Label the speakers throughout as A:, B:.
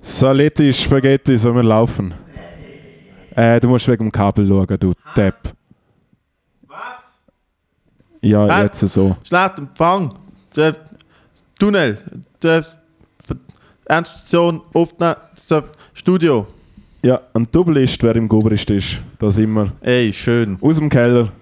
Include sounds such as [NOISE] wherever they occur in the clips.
A: Saletti, Spaghetti, sollen wir laufen? Äh, du musst wegen dem Kabel schauen, du Depp.
B: Was?
A: Ja,
B: Hä?
A: jetzt so.
B: Schlecht Empfang. Dürft- Tunnel. Dürft- Ver- Endstation aufnehmen. Dürft- Studio.
A: Ja, ein Double ist, wer im Guber ist, ist. Da sind wir.
B: Ey, schön.
A: Aus dem Keller,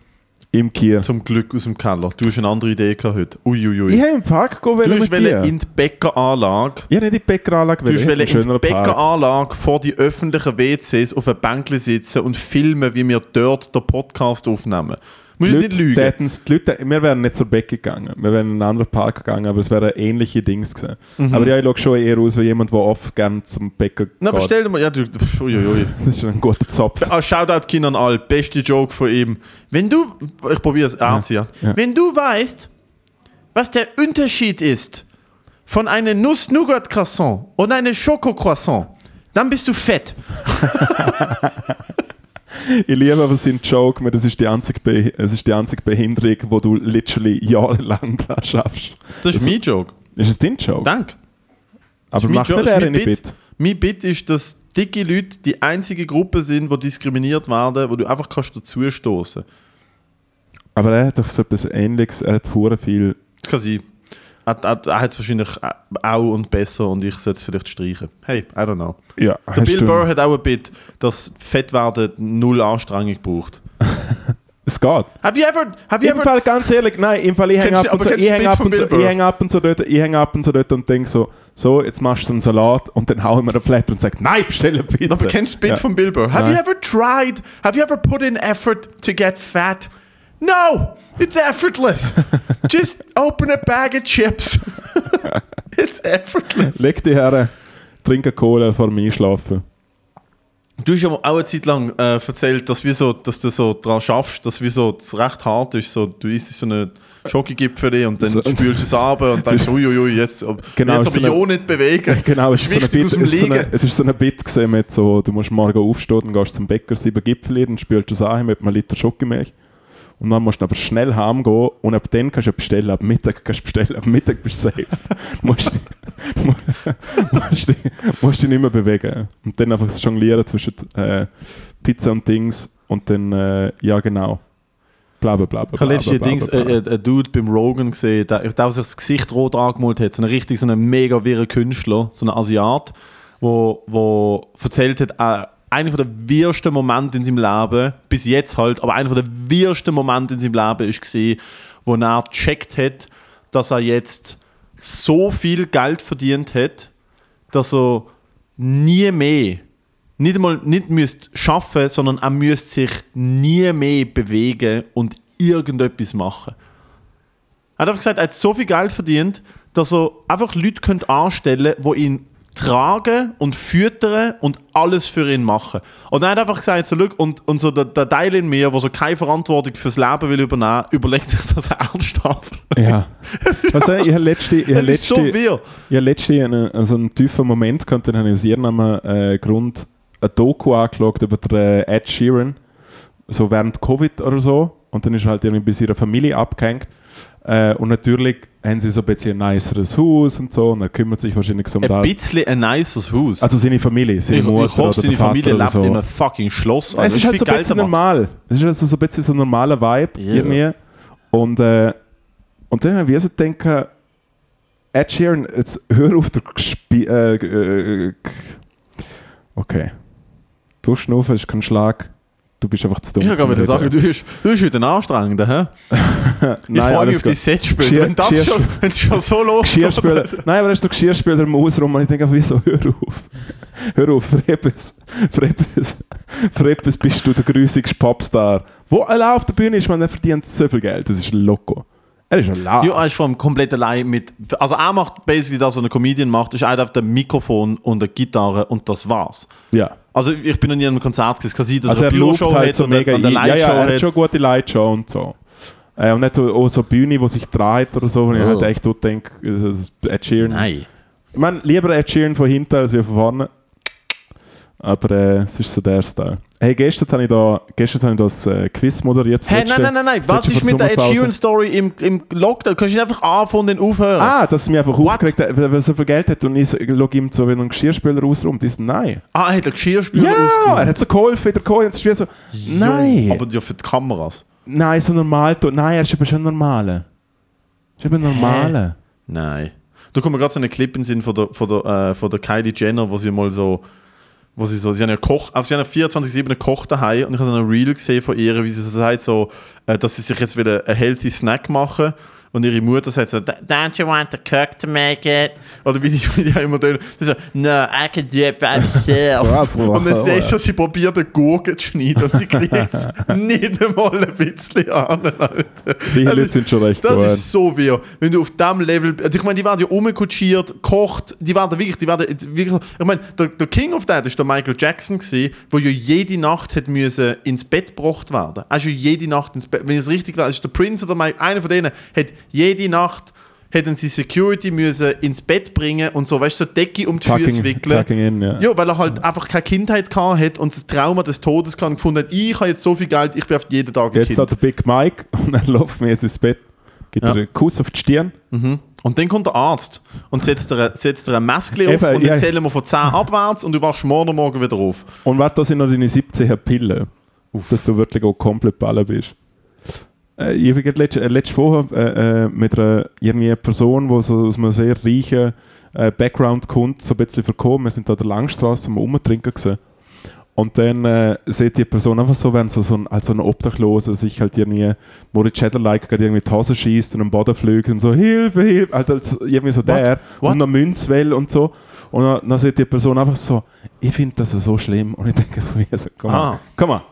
A: im Kier.
B: Zum Glück aus dem Keller. Du hast eine andere Idee gehabt heute. Uiuiui.
A: Ich habe im Park gehen
B: du
A: wollen
B: hast
A: mit
B: wollen
A: dir.
B: in die Bäckeranlage.
A: Ich habe nicht in die Bäckeranlage
B: Du
A: wollen,
B: hast
A: ich
B: wollen
A: wollte.
B: in die
A: schöner Park.
B: Bäckeranlage vor die öffentlichen WCs auf einer Bänkli sitzen und filmen, wie wir dort den Podcast aufnehmen.
A: Die
B: Musst du nicht
A: Leute
B: lügen.
A: täten's- die Leute, wir wären nicht zur Bäcke gegangen. Wir wären in einen anderen Park gegangen, aber es wären ähnliche Dings gewesen. Aber ja, ich schaue schon eher aus wie jemand, der oft gern zum Bäcker
B: Mhm. Na,
A: geht.
B: bestell dir mal. Ja, du. Uiuiui.
A: [LAUGHS] Das ist ein guter Zopf.
B: Ah, Shoutout Kinan Al, beste Joke von ihm. Wenn du, ich probiere es ernst ja.
A: ja.
B: Wenn du weißt, was der Unterschied ist von einem Nuss-Nougat-Croissant und einem Schoko-Croissant, dann bist du fett.
A: Ich liebe aber seinen Joke, weil das ist die einzige, Be es ist die einzige Behinderung, die du literally jahrelang [LAUGHS] dran schaffst.
B: Das ist mein Joke.
A: Ist es dein Joke?
B: Danke.
A: aber
B: Ist mein
A: mach
B: Jo-
A: nicht
B: ist
A: er
B: mein
A: eine Bitte.
B: Mein Bit ist, dass dicke Leute die einzige Gruppe sind, die diskriminiert werden, wo du einfach kannst dazustoßen.
A: Aber er hat doch so etwas Ähnliches, er hat hure viel.
B: Das kann sein. Er, er, er hat es wahrscheinlich auch und besser und ich sollte es vielleicht streichen. Hey, I don't know.
A: Ja,
B: Der
A: hast
B: Bill
A: du-
B: Burr hat auch ein Bit, dass Fettwerden null Anstrengung braucht.
A: Es geht.
B: Have you ever, have you
A: Im
B: ever,
A: Fall ganz ehrlich, nein, im Fall ich hänge
B: Kennst du-
A: ab und
B: aber
A: so,
B: kennst
A: ich
B: du das
A: hänge
B: Bild
A: ab
B: von
A: und so,
B: Bill
A: ich hänge ab und so dort, ich hänge ab und so dort und denke so, so, jetzt machst du einen Salat und dann hau ich mir einen Flatter und sag, nein, bestell eine Pizza.
B: aber kennst du das Bit
A: ja.
B: von Bill Burr? Have
A: Nein.
B: you ever tried, have you ever put in effort to get fat? No,
A: [LAUGHS]
B: it's effortless. Just open a bag of chips. [LAUGHS] it's effortless.
A: Leg die her, trink eine Cola vor mir schlafen.
B: Du hast ja auch eine Zeit lang äh, erzählt, dass, wir so, dass du so daran schaffst, dass wir so, das recht hart ist. So, du isst so eine Schokogipfel und dann
A: So-
B: spülst du es ab
A: [LAUGHS]
B: und denkst, uiuiui, jetzt, ob-
A: Genau,
B: jetzt
A: so
B: aber
A: eine-
B: ja nicht bewegen.
A: [LAUGHS] Genau, es
B: Ist
A: ist, so eine
B: wichtig,
A: Bit, es, ist so
B: aus dem
A: eine,
B: Liegen.
A: es ist so eine Bit gesehen mit so, du musst morgen aufstehen und gehst zum Bäcker, sieben Gipfel, dann spülst du es an mit einem Liter Schokomilch. Und dann musst du aber schnell heimgehen und ab dann kannst du bestellen, ab Mittag kannst du bestellen, ab Mittag bist du safe. [LAUGHS] Du musst, musst, dich- musst dich nicht mehr bewegen. Und dann einfach jonglieren zwischen äh, Pizza und Dings und dann, äh, ja genau. Bla bla bla. bla,
B: Ich habe letztens
A: bla, bla,
B: Dings,
A: bla, bla.
B: äh, äh, einen Dude beim Rogan gesehen, der, der sich das Gesicht rot angemalt hat. So ein richtig, so ein mega wirrer Künstler, so ein Asiat, wo, wo erzählt hat, äh, einer der wirrsten Momente in seinem Leben, bis jetzt halt, aber einer der wirrsten Momente in seinem Leben ist gesehen, wo er gecheckt hat, dass er jetzt so viel Geld verdient hat, dass er nie mehr, nicht einmal nicht müsst schaffen, sondern er müsst sich nie mehr bewegen und irgendetwas machen. Er hat einfach gesagt, er hat so viel Geld verdient, dass er einfach Leute könnte anstellen könnte, die ihn tragen und füttern und alles für ihn machen. Und er hat einfach gesagt, so, look, und, und so der, der Teil in mir, der so keine Verantwortung fürs Leben will übernehmen, [LAUGHS] überlegt sich das ernsthaft. [LAUGHS]
A: Ja. Also, ich habe letztens.
B: Das ist so wirr.
A: Ja, letztens einen, also einen tiefen Moment gehabt, dann habe ich aus irgendeinem äh, Grund eine Doku angeschaut über den, äh, Ed Sheeran, so während Covid oder so. Und dann ist er halt irgendwie bei ihrer Familie abgehängt. Äh, und natürlich haben sie so ein bisschen ein niceres Haus und so. Und er kümmert sich wahrscheinlich so um
B: Ein
A: das.
B: bisschen ein niceres Haus.
A: Also seine Familie, seine
B: ich,
A: Mutter
B: ich hoffe,
A: oder
B: seine
A: der Vater
B: Familie
A: oder
B: lebt
A: so.
B: in einem fucking Schloss.
A: Es
B: Alter.
A: ist
B: Das
A: halt so
B: viel
A: ein
B: Also Geld
A: bisschen
B: am Mann.
A: normal. Es ist also so ein bisschen so ein normaler Vibe
B: Ja.
A: irgendwie. Und, äh, und dann haben wir so denken, Ed Sheeran, jetzt hör auf der Gespie äh, äh, Okay. Du schnaufen ist kein Schlag. Du bist einfach zu dumm.
B: Ich kann
A: zum
B: gerade wieder
A: Reden.
B: sagen, du bist, du bist heute ein Anstrengender, hä? Ich
A: Nein,
B: freue mich
A: alles
B: auf
A: gut.
B: die Setspiel.
A: Geschirr-
B: Wenn das
A: Geschirr-
B: schon, wenn es schon so losgeht.
A: Geschirrspüler. Nein, aber da ist der Geschirrspüler im Ausraum und ich denke, wieso, hör auf. Hör auf, Freppes. Freppes. Freppes bist du der grüßigste Popstar. Wo alle auf der Bühne ist, man, er verdient so viel Geld. Das ist ein Loco. Er ist ein La.
B: Ja, er ist vor allem komplett allein mit. Also, er macht basically das, was ein Comedian macht: ist einer auf dem Mikrofon und der Gitarre und das war's.
A: Ja.
B: Also, ich bin noch nie an einem Konzert gewesen. Es kann sein, dass
A: Also er
B: eine
A: lobt
B: Büro-Show
A: halt so
B: und eine-
A: mega
B: und eine
A: ein. Ja, ja,
B: Live-Show
A: er hat
B: hat.
A: schon gute Lightshow und so. Äh, und nicht so- auch so eine Bühne, die sich dreht oder so, wo ich
B: Oh.
A: halt echt dort denke, das ist Ed Sheeran.
B: Nein.
A: Ich meine, lieber Ed Sheeran von hinten als wir von vorne. Aber äh, es ist so der Style. Hey, gestern habe ich da, gestern habe ich das äh, Quiz moderiert. das
B: Hey,
A: letzte-
B: nein, nein, nein, nein.
A: das
B: Was
A: letzte
B: ist
A: vor
B: mit der Ed
A: Sommerpause.
B: Sheeran-Story im, im Lockdown? Kannst du nicht einfach anfangen und aufhören?
A: Ah, dass sie mich einfach aufgeregt hat, weil er so viel Geld hat und ich schaue ihm zu, wenn er einen Geschirrspüler ausräumt. Ich so, nein.
B: Ah, er hat den Geschirrspüler
A: Ja,
B: rausgenommen.
A: er hat so geholfen, wieder geholfen. Und es ist wie so, nein.
B: Jung, Aber ja für die Kameras.
A: Nein, so normal. tun. Nein, er ist eben schon normaler. Ist eben normaler.
B: Nein. Da kommt mir gerade so ein Clip in den Sinn von der, von der, äh, von der Kylie Jenner, wo sie mal so. Wo sie so, sie haben ja Koch, also sie haben ja 24-7 einen Koch daheim und ich habe so einen Reel gesehen von ihr, wie sie so sagt, so, äh, dass sie sich jetzt wieder einen healthy Snack machen und ihre Mutter sagt so, don't you want the cook to make it? Oder wie die, wie die auch immer tun, sie so, no, I can do it by myself. und dann siehst du, sie probiert eine Gurke zu schneiden und sie kriegt es nicht einmal ein bisschen an, Alter.
A: Die
B: Das
A: Leute
B: ist-
A: sind schon recht
B: Das
A: geworden.
B: ist so wie, wenn du auf diesem Level. Also ich meine, die werden ja rumkutschiert, kocht, die werden wirklich, die werden jetzt wirklich. so- Ich meine, der, der King of That ist der Michael Jackson, gewesen, wo ja jede Nacht hat müssen ins Bett gebracht werden. Also jede Nacht ins Bett. Wenn ich es richtig glaube, ist der Prince oder Mike, einer von denen hat jede Nacht hätten sie Security müssen ins Bett bringen und so, weißt du, so Decke um die Füße
A: Fucking,
B: wickeln.
A: fucking in, ja.
B: Ja, weil er halt einfach keine Kindheit gehabt hat und das Trauma des Todes gehabt und gefunden hat, ich habe jetzt so viel Geld, ich bin auf jeden Tag ein
A: Jetzt
B: Kind.
A: hat der Big Mike [LAUGHS] und er läuft mir jetzt ins Bett, gibt
B: Ja.
A: ihr einen Kuss auf die Stirn.
B: Und dann kommt der Arzt und setzt dir, setzt dir ein Maske auf
A: Eben,
B: und
A: ja.
B: dann zählen wir
A: [LAUGHS]
B: von 10 abwärts und du wachst morgen Morgen wieder auf.
A: Und warte, da sind noch deine 17 Pillen. Dass du wirklich auch komplett baller bist. Äh, ich habe letzte, äh, letzte Woche äh, äh, mit einer irgendwie Person, die so aus einem sehr reichen äh, Background kommt, so ein bisschen verkommen. Wir sind da an der Langstrasse am Rumtrinken gewesen. Und dann äh, sieht die Person einfach so, wenn so, so ein, als so ein Obdachloser sich halt irgendwie Moritz Schädel-like gerade irgendwie die Hose schießt und am Boden fliegt und so, Hilfe, Hilfe, halt als irgendwie so der
B: What?
A: und noch Münze will und so. Und dann, dann sieht die Person einfach so, ich finde das so schlimm. Und ich denke von mir so, komm
B: Ah.
A: mal, komm mal,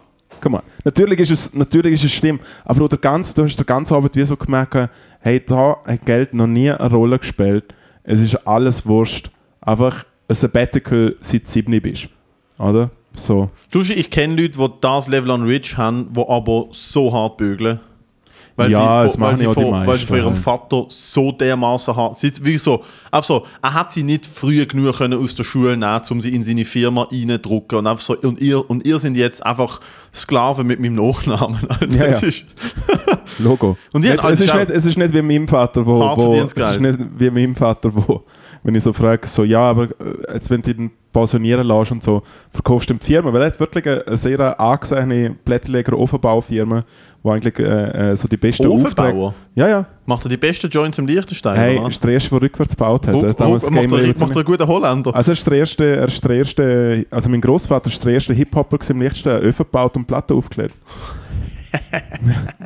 A: komm mal. Natürlich ist es, natürlich ist es schlimm, aber du, der ganze, du hast den ganzen Abend wie so gemerkt, hey, da hat Geld noch nie eine Rolle gespielt. Es ist alles wurscht. Einfach ein Sabbatical, seit du 7 bist. Oder? So.
B: Lustig, ich kenne Leute, die das Level an Rich haben, die aber so hart bügeln. Weil
A: Ja,
B: sie,
A: das
B: von-
A: machen
B: weil sie
A: ja die
B: von, Weil sie
A: meisten,
B: von ihrem
A: ja.
B: Vater so dermaßen hart sitzt. Wie so, einfach so, er hat sie nicht früh genug können aus der Schule nehmen, um sie in seine Firma reindrücken. Und, einfach so, und, ihr, und ihr sind jetzt einfach Sklaven mit meinem Nachnamen.
A: Ja,
B: Das
A: ja.
B: ist,
A: Logo.
B: Und die haben
A: Jetzt,
B: alles
A: es, ist
B: auch-
A: nicht, es ist nicht wie meinem Vater, wo,
B: Vater,
A: wo
B: die
A: es
B: haben's
A: ist
B: geil.
A: nicht wie meinem Vater, wo, wenn ich so frage, so ja, aber äh, jetzt wenn du den pensionieren lässt und so, verkaufst du ihm die Firma, weil er hat wirklich eine, eine sehr angesehene Plättleger Ofenbaufirma, wo eigentlich äh, äh, so die besten
B: Ofenbauer?
A: Ja, ja.
B: macht er die besten Joints im Liechtenstein?
A: Hey,
B: oder?
A: ist der erste, der rückwärts gebaut hat.
B: Ruck-
A: Er hat damals
B: Ruck-
A: das Game
B: macht er,
A: revolutioniert.
B: macht er einen guten Holländer?
A: Also er ist der erste, er ist der erste, also mein Großvater ist der erste Hip-Hopper gewesen, im Lichtsten, Öfen gebaut und Platten
B: [LAUGHS]
A: aufgelegt.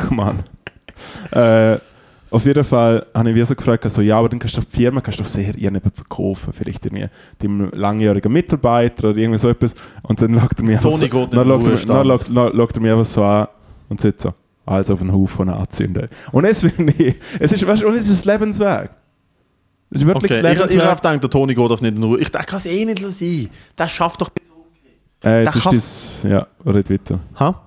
A: Come on. Äh, auf jeden Fall habe ich wie so gefragt, also, ja, aber dann kannst du doch die Firma kannst du doch sehr irgendjemandem verkaufen, vielleicht irgendwie deinem langjährigen Mitarbeiter oder irgendwie so etwas. Und dann schaut er mich einfach so,
B: Toni geht nicht
A: dann
B: in den
A: schaut er, dann
B: Ruhestand.
A: schaut, dann schaut er mich einfach so an und sagt so, alles auf den Haufen anzünden. Und das finde ich, es ist, weißt, du, und es ist ein Lebensweg. Es ist wirklich
B: Okay.
A: ein
B: Ich, ich
A: Lebensweg.
B: habe gedacht, der Toni geht auf nicht in Ruhe. Ich dachte, kann es eh nicht sein. Der schafft doch.
A: Äh,
B: Da
A: jetzt
B: kannst-
A: ist das, ja, red weiter.
B: Ha?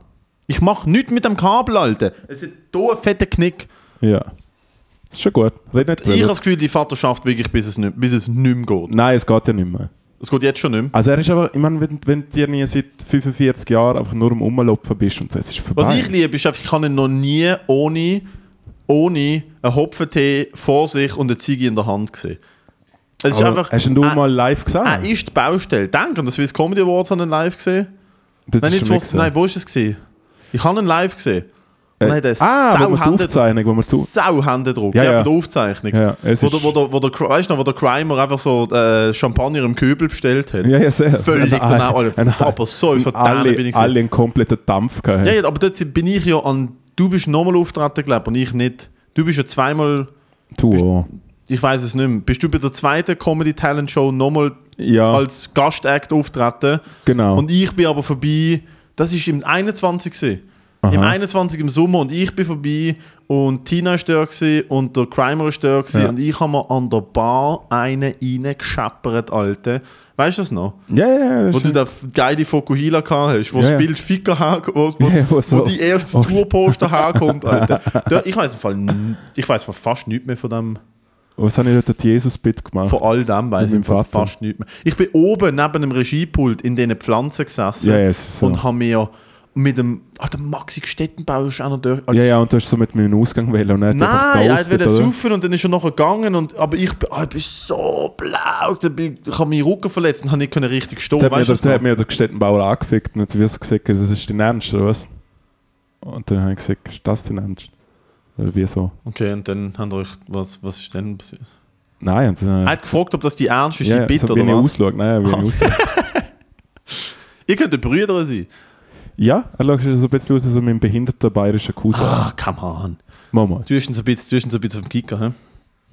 B: Ich mache nichts mit dem Kabel, Alter. Es ist hier ein fetter Knick.
A: Ja. Ist schon gut. Red nicht
B: Ich habe
A: drüber.
B: das Gefühl, die Vaterschaft wirklich, bis es nicht, bis es nicht mehr geht.
A: Nein, es geht ja nicht mehr.
B: Es geht jetzt schon nicht mehr.
A: Also er ist aber, ich meine, wenn, wenn du irgendwie seit 45 Jahren einfach nur am Rumlopfen bist und so, es ist vorbei.
B: Was ich liebe, ist einfach, ich kann ihn noch nie ohne, ohne einen Hopfentee vor sich und eine Ziege in der Hand gesehen. Es ist
A: aber,
B: einfach. Ah,
A: hast du ihn du
B: er,
A: mal live gesehen?
B: er ist die Baustelle. Denk an das Swiss Comedy Awards haben ihn live gesehen.
A: das
B: Nein,
A: ist
B: jetzt,
A: schon
B: wo,
A: weg gewesen.
B: nein, wo ist es gewesen? Ich habe ihn live gesehen. Und er hat eine
A: ah, wo wir die
B: Sauhände-
A: Aufzeichnung, wo wir zu...
B: Sauhändedruck,
A: Ja,
B: ja,
A: ja.
B: bei der Aufzeichnung.
A: Ja, es
B: wo,
A: ist-
B: der, wo, der, wo, der, Cri- weißt du noch, wo der Crimer einfach so äh, Champagner im Kübel bestellt hat.
A: Ja, ja, sehr.
B: Völlig
A: Nein,
B: danach, Alter.
A: nein.
B: Aber so, so
A: Und alle,
B: bin ich gewesen.
A: alle einen kompletten Dampf gehabt.
B: Ja, ja, aber dort bin ich ja an. Du bist nochmal auftreten, glaube ich, und ich nicht. Du bist ja zweimal.
A: Du auch.
B: Ich weiß es nicht mehr. Bist du bei der zweiten Comedy Talent Show nochmal
A: Ja,
B: als Gastact auftreten?
A: genau.
B: Und ich bin aber vorbei. Das ist im 21. gewesen. Im 21. im Sommer und ich bin vorbei und Tina ist da gewesen und der Crimer ist da gewesen
A: Ja.
B: und ich habe mir an der Bar einen reingescheppert, Alter. Weißt du das noch?
A: ja, ja, ja. das
B: Wo
A: ist-
B: du den f- geile Fokuhila gehabt hast, wo
A: Mhm. Ja,
B: das
A: ja.
B: Bild Ficker herkommt, wo, wo,
A: [LAUGHS] Ja, wo
B: wo,
A: so-
B: die
A: [LAUGHS]
B: erste Tourposter herkommt, Alter. Da, ich weiß im Fall n- ich weiß fast nichts mehr von dem.
A: Was habe ich dort die Jesus-Bit gemacht?
B: Von all dem weiß
A: Mit
B: ich
A: meinem
B: Vater.
A: Vater.
B: fast nichts mehr. Ich bin oben neben dem Regiepult in diesen Pflanzen gesessen
A: Ja, ja, es ist so.
B: und habe mir mit dem. Ah, der Maxi Stettenbau ist auch noch durch.
A: ja, ja, und du hast so mit meinem Ausgang wählen und nicht
B: Nein, er hat wieder
A: oder?
B: saufen und dann ist er nachher gegangen. Und, aber ich, bin- ah, ich bin so blau. gewesen, bin- Ich habe meinen Rücken verletzt und habe nicht können richtig stehen.
A: Der hat, mir,
B: Oh, Weißt du
A: der,
B: das
A: der hat
B: noch?
A: mir der Gestettenbauer angefickt und hat wie so gesagt, das ist dein Ernst, oder was? Und dann habe ich gesagt, ist das dein Ernst? Oder wie so?
B: Okay, und dann haben wir euch. Was, was ist denn passiert?
A: Nein, und dann,
B: Er hat gefragt, ob das die ernst ist,
A: ja,
B: die
A: ja,
B: Bitte
A: so, wie
B: oder
A: ich
B: was?
A: ausschaue. Nein,
B: [LAUGHS]
A: wie ich
B: Ah.
A: ausschaue.
B: Ihr könnt Brüder sein.
A: Ja, er schaut so ein bisschen aus wie so mein behinderter bayerischer Cousin.
B: Ah, come on.
A: Mach mal.
B: Du hast ihn so ein bisschen, du hast ihn so ein bisschen auf dem Giga, hä?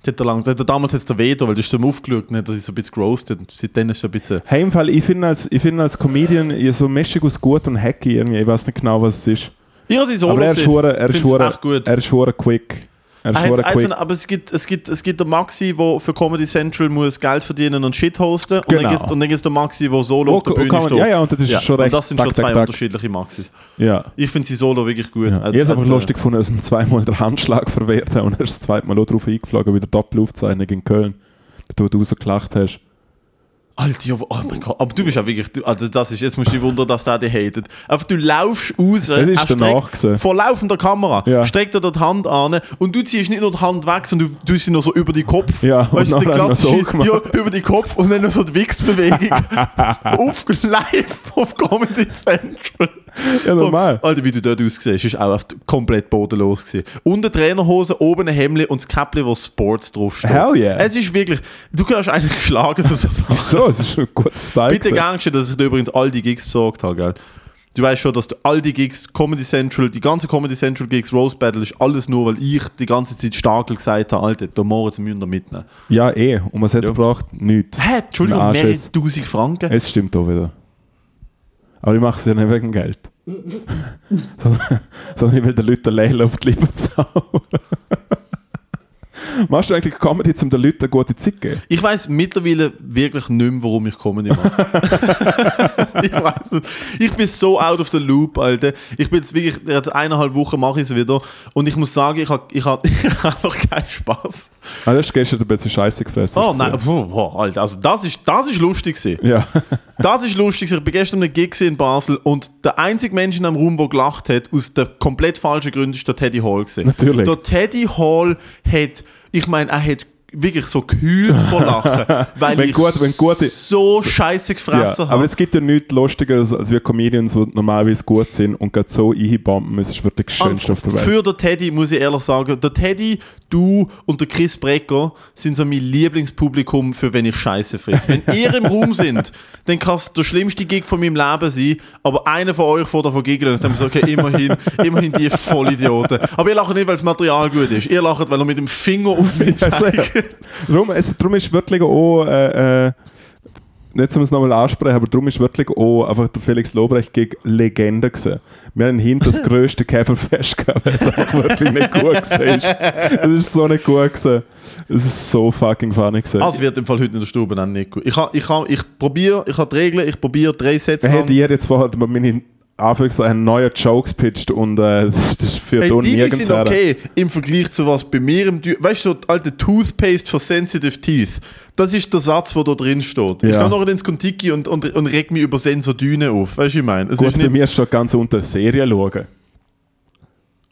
B: Das hat er langsam, das hat er damals jetzt Veto, weil du hast ihm aufgeschaut, ne, dass ich so ein bisschen gerostet und seitdem ist er ein bisschen...
A: Hey, im Fall, ich finde als, ich finde als Comedian ihr so eine Mischung aus gut und hacky irgendwie. Ich weiß nicht genau, was es ist.
B: Ich habe sie so
A: Aber er ist
B: gesehen.
A: hure, er ist
B: Oh, Find's
A: hure,
B: echt gut.
A: er ist hure quick. Er
B: Er
A: ist
B: hat-
A: hure
B: er hat so
A: quick.
B: eine- aber es gibt, es, gibt, es gibt den Maxi, der für Comedy Central muss Geld verdienen und Shit hosten. Und
A: Genau.
B: dann gibt es- und dann gibt es den Maxi, der solo
A: Wo-
B: auf der
A: wo
B: Bühne
A: kann man-
B: steht.
A: ja, ja, und das ist schon recht.
B: Und das sind
A: Tak,
B: schon
A: tak,
B: zwei
A: tak.
B: unterschiedliche Maxis.
A: Ja.
B: Ich finde sie solo wirklich gut.
A: Ja.
B: Er-
A: Ich habe es
B: er- äh,
A: einfach lustig gefunden, dass wir zweimal den Handschlag verwehrt haben und er ist das zweite Mal auch drauf eingeflogen, wie der Doppelaufzeichnung in Köln, da du rausgelacht hast.
B: [LAUGHS] Alter, ja, oh mein Gott. Aber du bist ja wirklich. Du, also das ist, jetzt musst du dich wundern, dass der dich hatet. Einfach du laufst raus. er
A: ist danach
B: streckt-
A: gewesen.
B: Vor laufender Kamera.
A: Ja.
B: Streckt er dir die Hand an und du ziehst nicht nur die Hand weg, sondern du tust sie noch so über den Kopf.
A: Ja, und
B: weißt du, die
A: nachher noch so
B: klassische.
A: gemacht.
B: ja, über den Kopf und dann noch so die Wichsbewegung.
A: [LAUGHS]
B: auf live auf Comedy Central.
A: Ja, normal.
B: Alter, wie du dort aussiehst, ist auch oft komplett bodenlos gewesen. Unter Trainerhose, oben ein Hemdli und das Käppli, wo Sports draufsteht.
A: Hell yeah.
B: Es ist wirklich, du gehörst eigentlich geschlagen für so Sachen.
A: So, es ist ein guter Style.
B: Bitte
A: gewesen.
B: gangst du, dass ich dir übrigens all die Gigs besorgt habe, gell? Du weißt schon, dass du all die Gigs, Comedy Central, die ganze Comedy Central Gigs, Rose Battle, ist alles nur, weil ich die ganze Zeit Stakel gesagt habe, Alter, da Moritz müssen wir mitnehmen.
A: Ja, eh. Und was jetzt
B: Ja.
A: braucht? Nichts.
B: Hä, Entschuldigung,
A: Ein Arsch
B: mehrere
A: ist-
B: tausend Franken?
A: Es stimmt auch wieder. Aber ich mache es ja nicht wegen
B: [LAUGHS]
A: Geld. sondern, sondern ich will den Leuten Leila auf die Lippen zaubern. Machst du eigentlich Comedy, um den Leuten eine gute Zeit zu geben?
B: Ich weiß mittlerweile wirklich nicht mehr, warum ich Comedy mache. ich weiß es. Ich bin so out of the loop, Alter. Ich bin jetzt wirklich, jetzt eineinhalb Wochen mache ich es wieder und ich muss sagen, ich habe ich hab, [LAUGHS] ich hab einfach keinen Spaß.
A: Ah, das ist gestern ein bisschen scheiße gefressen.
B: Oh
A: hast du
B: nein, puh, puh, Alter, also das ist, das ist lustig gewesen.
A: gesehen. Ja.
B: Das ist lustig. Ich war gestern an einem Gig in Basel und der einzige Mensch in einem Raum, der gelacht hat, aus den komplett falschen Gründen, ist der Teddy Hall. Gewesen.
A: Natürlich.
B: Der Teddy Hall hat, ich meine, er hat wirklich so kühl
A: [LAUGHS]
B: vor Lachen, weil
A: Wenn
B: ich
A: gut- wenn gute-
B: so
A: ja.
B: scheiße gefressen
A: Aber
B: habe.
A: es gibt ja nichts Lustigeres, als wir Comedians, die normalerweise gut sind und gerade so einbomben. Es ist wirklich das Schönste
B: Und
A: auf der Welt.
B: für den Teddy muss ich ehrlich sagen, der Teddy, du und der Chris Brecker sind so mein Lieblingspublikum, für wenn ich Scheiße friss. Wenn ihr im Raum sind, dann kann es der schlimmste Gig von meinem Leben sein, aber einer von euch vor davon giggeln und dann so, okay, immerhin, immerhin die Vollidioten. Aber ihr lacht nicht, weil das Material gut ist. Ihr lacht, weil ihr mit dem Finger auf mich
A: [LAUGHS] [LAUGHS] Also, ja.
B: zeigt.
A: Drum, es, drum ist wirklich auch, äh, äh, nicht um es nochmal ansprechen, aber drum ist wirklich auch einfach der Felix Lobrecht gegen Legende gewesen. Wir haben hinter
B: [LAUGHS]
A: das grösste Käferfest gehabt, weil es einfach wirklich nicht gut gewesen ist. Es ist so nicht gut gewesen. Es ist so fucking funny gewesen.
B: Das wird im Fall heute in der Stube dann nicht gut. Ich, ha- ich, ha- ich probiere, ich habe die Regeln, ich probiere drei Sätze
A: hey,
B: lang.
A: die hat jetzt vorher mal meine Anführungszeichen neue Jokes pitcht und äh, das ist- das führt
B: Hey,
A: auch
B: die
A: nirgends
B: sind
A: her.
B: okay im Vergleich zu was bei mir im Tür. Weißt du, so die alte Toothpaste für Sensitive Teeth. Das ist der Satz, der da drin steht. Ich
A: Ja.
B: gehe noch ins Kontiki und, und, und reg mich über Sensodyne auf. Weißt du, ich meine? Es
A: Gut,
B: ist
A: bei
B: nicht.
A: mir ist schon ganz unter Serie schauen.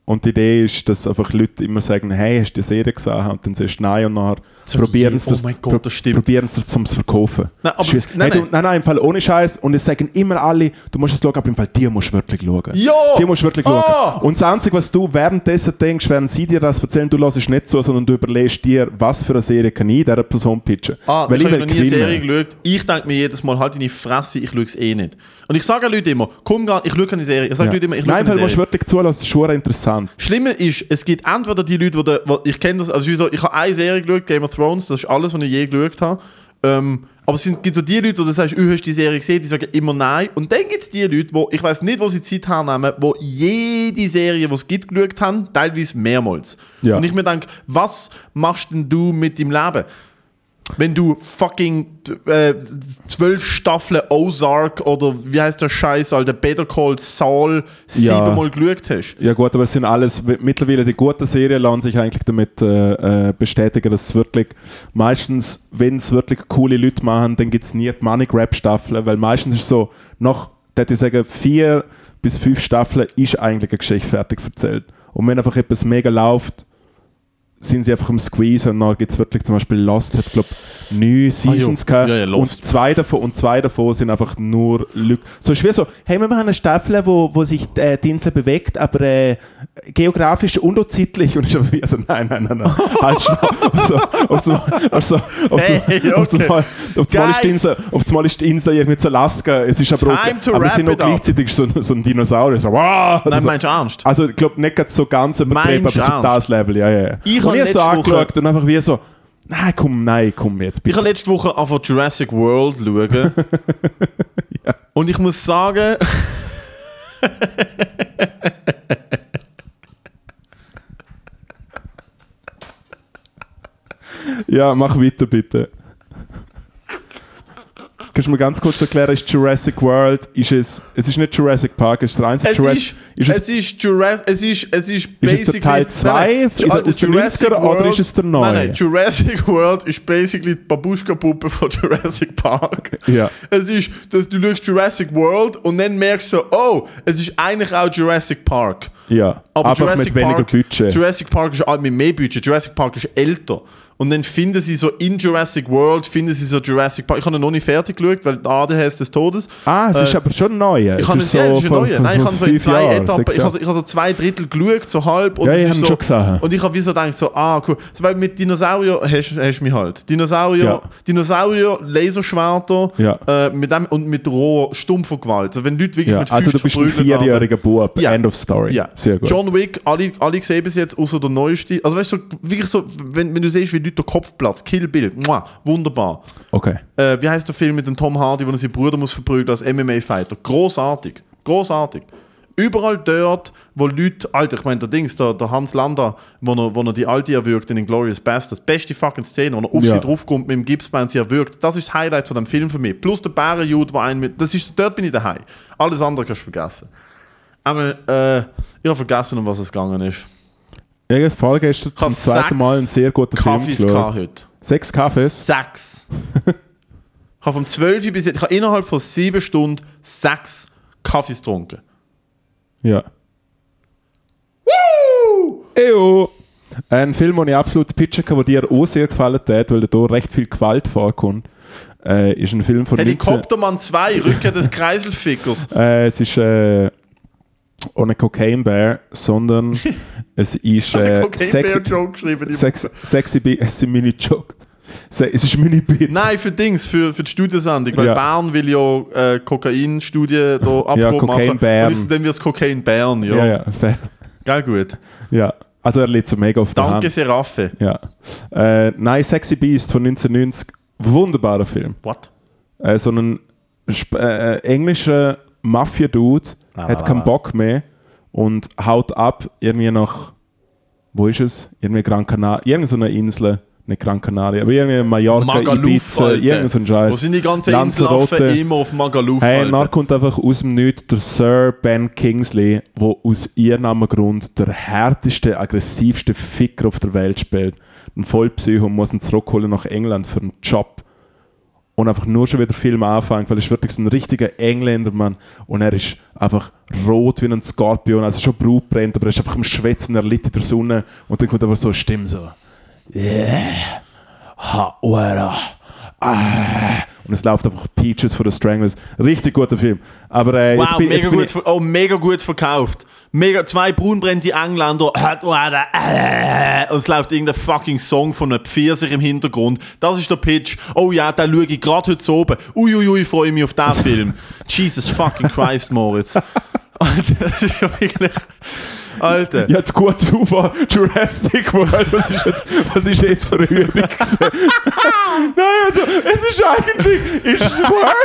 A: Und die Idee ist, dass einfach Leute immer sagen, hey, hast du die Serie gesehen? Und dann sagst du nein und nachher
B: So,
A: probieren sie
B: je- oh mein Gott, das stimmt.
A: probieren sie zum zu verkaufen.
B: Nein, aber
A: Das ist
B: das-
A: schwierig.
B: nein,
A: hey, du,
B: nein.
A: nein, nein, im Fall ohne Scheiß. Und es sagen immer alle, du musst es schauen, aber im Fall dir musst du wirklich schauen.
B: Ja!
A: Dir musst du wirklich
B: Ah!
A: schauen. Und das Einzige, was du währenddessen denkst, während sie dir das erzählen, du lässt nicht zu, sondern du überlegst dir, was für eine Serie kann ich dieser Person pitchen.
B: Ah, ich habe noch nie eine
A: gewinnen.
B: Serie geschaut. Ich denke mir jedes Mal, halt deine Fresse, ich schaue es eh nicht. Und ich sage Leute immer, komm gar ich schaue keine Serie. Ich sage
A: Ja.
B: Leute immer, ich schaue
A: Nein, im
B: keine
A: Fall musst du
B: Serie.
A: wirklich zulassen, das ist schon interessant.
B: Schlimmer ist, es gibt entweder die Leute, die, da- wo- ich kenne das, also ich, so, ich habe eine Serie geschaut, Game of Thrones, das ist alles, was ich je geschaut habe. Ähm, aber es sind, gibt so die Leute, die du sagst, du hast du die Serie gesehen, die sagen immer nein. Und dann gibt es die Leute, die, ich weiß nicht, wo sie Zeit hernehmen, die jede Serie, die es gibt, geschaut haben, teilweise mehrmals.
A: Ja.
B: Und ich mir denke, was machst denn du mit deinem Leben? Wenn du fucking äh, zwölf Staffeln Ozark oder wie heißt der Scheiß, Alter, Better Call Saul
A: Ja.
B: siebenmal geschaut hast.
A: Ja gut, aber es sind alles, mittlerweile die guten Serien lassen sich eigentlich damit äh, äh, bestätigen, dass es wirklich, meistens, wenn es wirklich coole Leute machen, dann gibt es nie die Money Grab Staffeln, weil meistens ist es so, noch, würde ich sagen, vier bis fünf Staffeln ist eigentlich eine Geschichte fertig erzählt. Und wenn einfach etwas mega läuft, sind sie einfach am Squeeze und dann gibt es wirklich zum Beispiel Lost hat glaube neun Seasons
B: Ah, ja,
A: gehabt
B: ja, Lost.
A: und zwei davon und zwei davon sind einfach nur Lücken. So ist wie so, hey wir haben eine Staffel, wo, wo sich äh, die Insel bewegt, aber äh, geografisch und auch zeitlich und ich habe wie so, nein, nein, nein,
B: [LAUGHS]
A: nein, halt schon. Also, auf so, auf so, auf so,
B: Hey,
A: auf so,
B: okay.
A: auf so, auf so mal ist die
B: Guys.
A: Insel, auf so mal ist die Insel irgendwie zu Alaska, es ist aber,
B: Time to
A: aber es
B: wrap
A: sind auch
B: it up.
A: gleichzeitig so, so ein Dinosaurier, so wow!
B: Nein,
A: so.
B: meinst du ernst?
A: Also, ich glaube, nicht grad so ganz übertrieben, aber
B: Meinst
A: so
B: du ernst?
A: das Level, ja, ja. ja. und
B: Ich hab
A: ich hab so
B: letzte Woche-
A: angeschaut und einfach wie so, nein, komm, nein, komm jetzt,
B: Ich
A: bitte.
B: habe letzte Woche einfach Jurassic World
A: [LAUGHS]
B: schauen. Und ich muss sagen.
A: Ja, mach weiter, bitte. Kannst du mir ganz kurz erklären, ist Jurassic World, ist es, es ist nicht Jurassic Park, es ist der einzige
B: Es
A: Jurassic,
B: ist,
A: es,
B: es ist Jurassic, es ist, es ist
A: es der
B: basically...
A: Teil zwei
B: Nein, nein,
A: aus den 90er oder ist es der neue?
B: Nein, nein, Jurassic World ist basically die Babuschka-Puppe von [LAUGHS] Jurassic Park.
A: Ja.
B: Es ist, dass du schaust Jurassic World und dann merkst du so, oh, es ist eigentlich auch Jurassic Park.
A: ja, aber einfach mit weniger
B: Park,
A: Budget.
B: Jurassic Park ist alt mit mehr Budget. Jurassic Park ist älter. Und dann finden sie so in Jurassic World, finden sie so Jurassic Park. Ich habe ihn noch nicht fertig geschaut, weil ADHS des Todes. Äh,
A: ah, es ist aber schon neu.
B: Ich habe
A: ist
B: so ja, es ist ein
A: von-
B: neuer.
A: von-
B: Nein, ich
A: von
B: habe so in
A: fünf
B: zwei
A: Jahren,
B: Etappen,
A: sechs
B: ich habe
A: Jahren.
B: so, ich hab so zwei Drittel geschaut, so halb. Und
A: Ja,
B: es
A: ich
B: ist
A: hab ihn
B: so,
A: schon gesehen.
B: Und ich habe wie so gedacht, so, ah, cool. So, weil mit Dinosaurier hast hast du mich halt. Dinosaurier,
A: Ja.
B: Dinosaurier Laserschwerter
A: Ja.
B: äh, mit dem, und mit roher, stumpfer Gewalt. So, wenn Leute wirklich
A: ja,
B: mit
A: also du
B: Füßen
A: bist ein
B: verprügelt werden.
A: vierjähriger Bub,
B: Ja.
A: end of story.
B: Ja,
A: Sehr gut.
B: John Wick, alle, alle gesehen bis jetzt, außer der neueste. Also weißt du, so, wirklich so, wenn, wenn du siehst, wie Leute der Kopf platzt, Kill Bill, muah, wunderbar.
A: okay.
B: Äh, wie heißt der Film mit dem Tom Hardy, wo er seinen Bruder muss verprügeln als MMA-Fighter? Großartig, großartig. Überall dort, wo Leute, Alter, ich meine, der Dings, der, der Hans Landa, wo er, wo er die Alte erwürgt in Inglourious Bastards, beste fucking Szene, wo er auf
A: Ja.
B: sie draufkommt mit dem Gipsbein, sie erwürgt, das ist das Highlight von dem Film für mich. Plus der Bärenjude, der einen mit, das ist, dort bin ich daheim. Alles andere kannst du vergessen. Aber äh, ich habe vergessen, um was es gegangen ist.
A: Ja, ich habe vorgestern zum
B: hab
A: zweiten
B: sechs
A: Mal einen sehr guten
B: Kaffees
A: Film
B: gehabt
A: geschaut.
B: heute.
A: Sechs Kaffees?
B: Sechs. ich habe vom 12 bis jetzt, ich habe innerhalb von sieben Stunden sechs Kaffees getrunken.
A: Ja. Ejo. Ein Film, den ich absolut pitchen kann, der dir auch sehr gefallen hat, weil da recht viel Gewalt vorkommt, äh, ist ein Film von 19...
B: Helikoptermann 2, Rückkehr des Kreiselfickers.
A: Äh, es ist äh, ohne Cocaine Bear,
B: [LAUGHS]
A: sondern es ist [LAUGHS] äh, sexy,
B: Joke geschrieben. Ich-
A: sexy, sexy, Bi- es ist ein Mini-Joke. Se- Es ist ein Mini-Bit.
B: Nein, für Dings, für, für die Studiensendung, weil
A: Ja.
B: Bern will ja äh, Kokainstudie da abgeben
A: Cocaine
B: machen.
A: Bern.
B: Und ich so, dann wird es Kokain Bern, ja.
A: Ja, ja, fair.
B: Geil gut.
A: Ja, also er liegt so mega auf der
B: Danke,
A: Hand.
B: Seraphe.
A: Ja. Äh, nein, Sexy Beast von 1990, wunderbarer Film.
B: What?
A: äh, so einen Sp äh, äh, englischen Mafia-Dude
B: Ah,
A: hat
B: ah,
A: keinen
B: ah.
A: Bock mehr und haut ab irgendwie nach, wo ist es? Irgendwie Gran Canaria, irgendeine so eine Insel, nicht Gran Canaria, aber irgendwie Mallorca,
B: Magaluf,
A: Ibiza, irgendein so ein
B: Alter.
A: Scheiß.
B: Wo sind die ganzen
A: Lanzarote.
B: Inselhafen immer auf Magaluf,
A: Hey,
B: Alter?
A: und dann kommt einfach aus dem Nichts der Sir Ben Kingsley, der aus irgendeinem Grund der härteste, aggressivste Ficker auf der Welt spielt. Ein Vollpsycho und muss ihn zurückholen nach England für einen Job. Und einfach nur schon wieder Film anfangen, weil er ist wirklich so ein richtiger Engländer, Mann. Und er ist einfach rot wie ein Skorpion, also schon Brut brennt, aber er ist einfach am Schwätzen, er liegt in der Sonne. Und dann kommt einfach so eine Stimme so. Ha, uera. Ah. Und es läuft einfach Peaches for the Stranglers. Richtig guter Film. Aber äh,
B: Wow,
A: jetzt bin,
B: mega,
A: jetzt bin
B: gut,
A: ich,
B: ver- oh, mega gut verkauft. Mega, zwei braunbrennende Engländer. [LAUGHS] Äh, oh, Und es läuft irgendein fucking Song von einem Pfirsich im Hintergrund. Das ist der Pitch. Oh ja, da schaue ich gerade heute oben. Uiuiui, freue ich mich
A: [LAUGHS]
B: auf den Film. Jesus fucking Christ, Moritz. Alter, das ist ja wirklich. Alter.
A: ich hatte gut über Jurassic World. Was ist jetzt, was ist jetzt für eine Übung?
B: [LAUGHS]
A: gewesen? Nein, also, es ist eigentlich, ist World.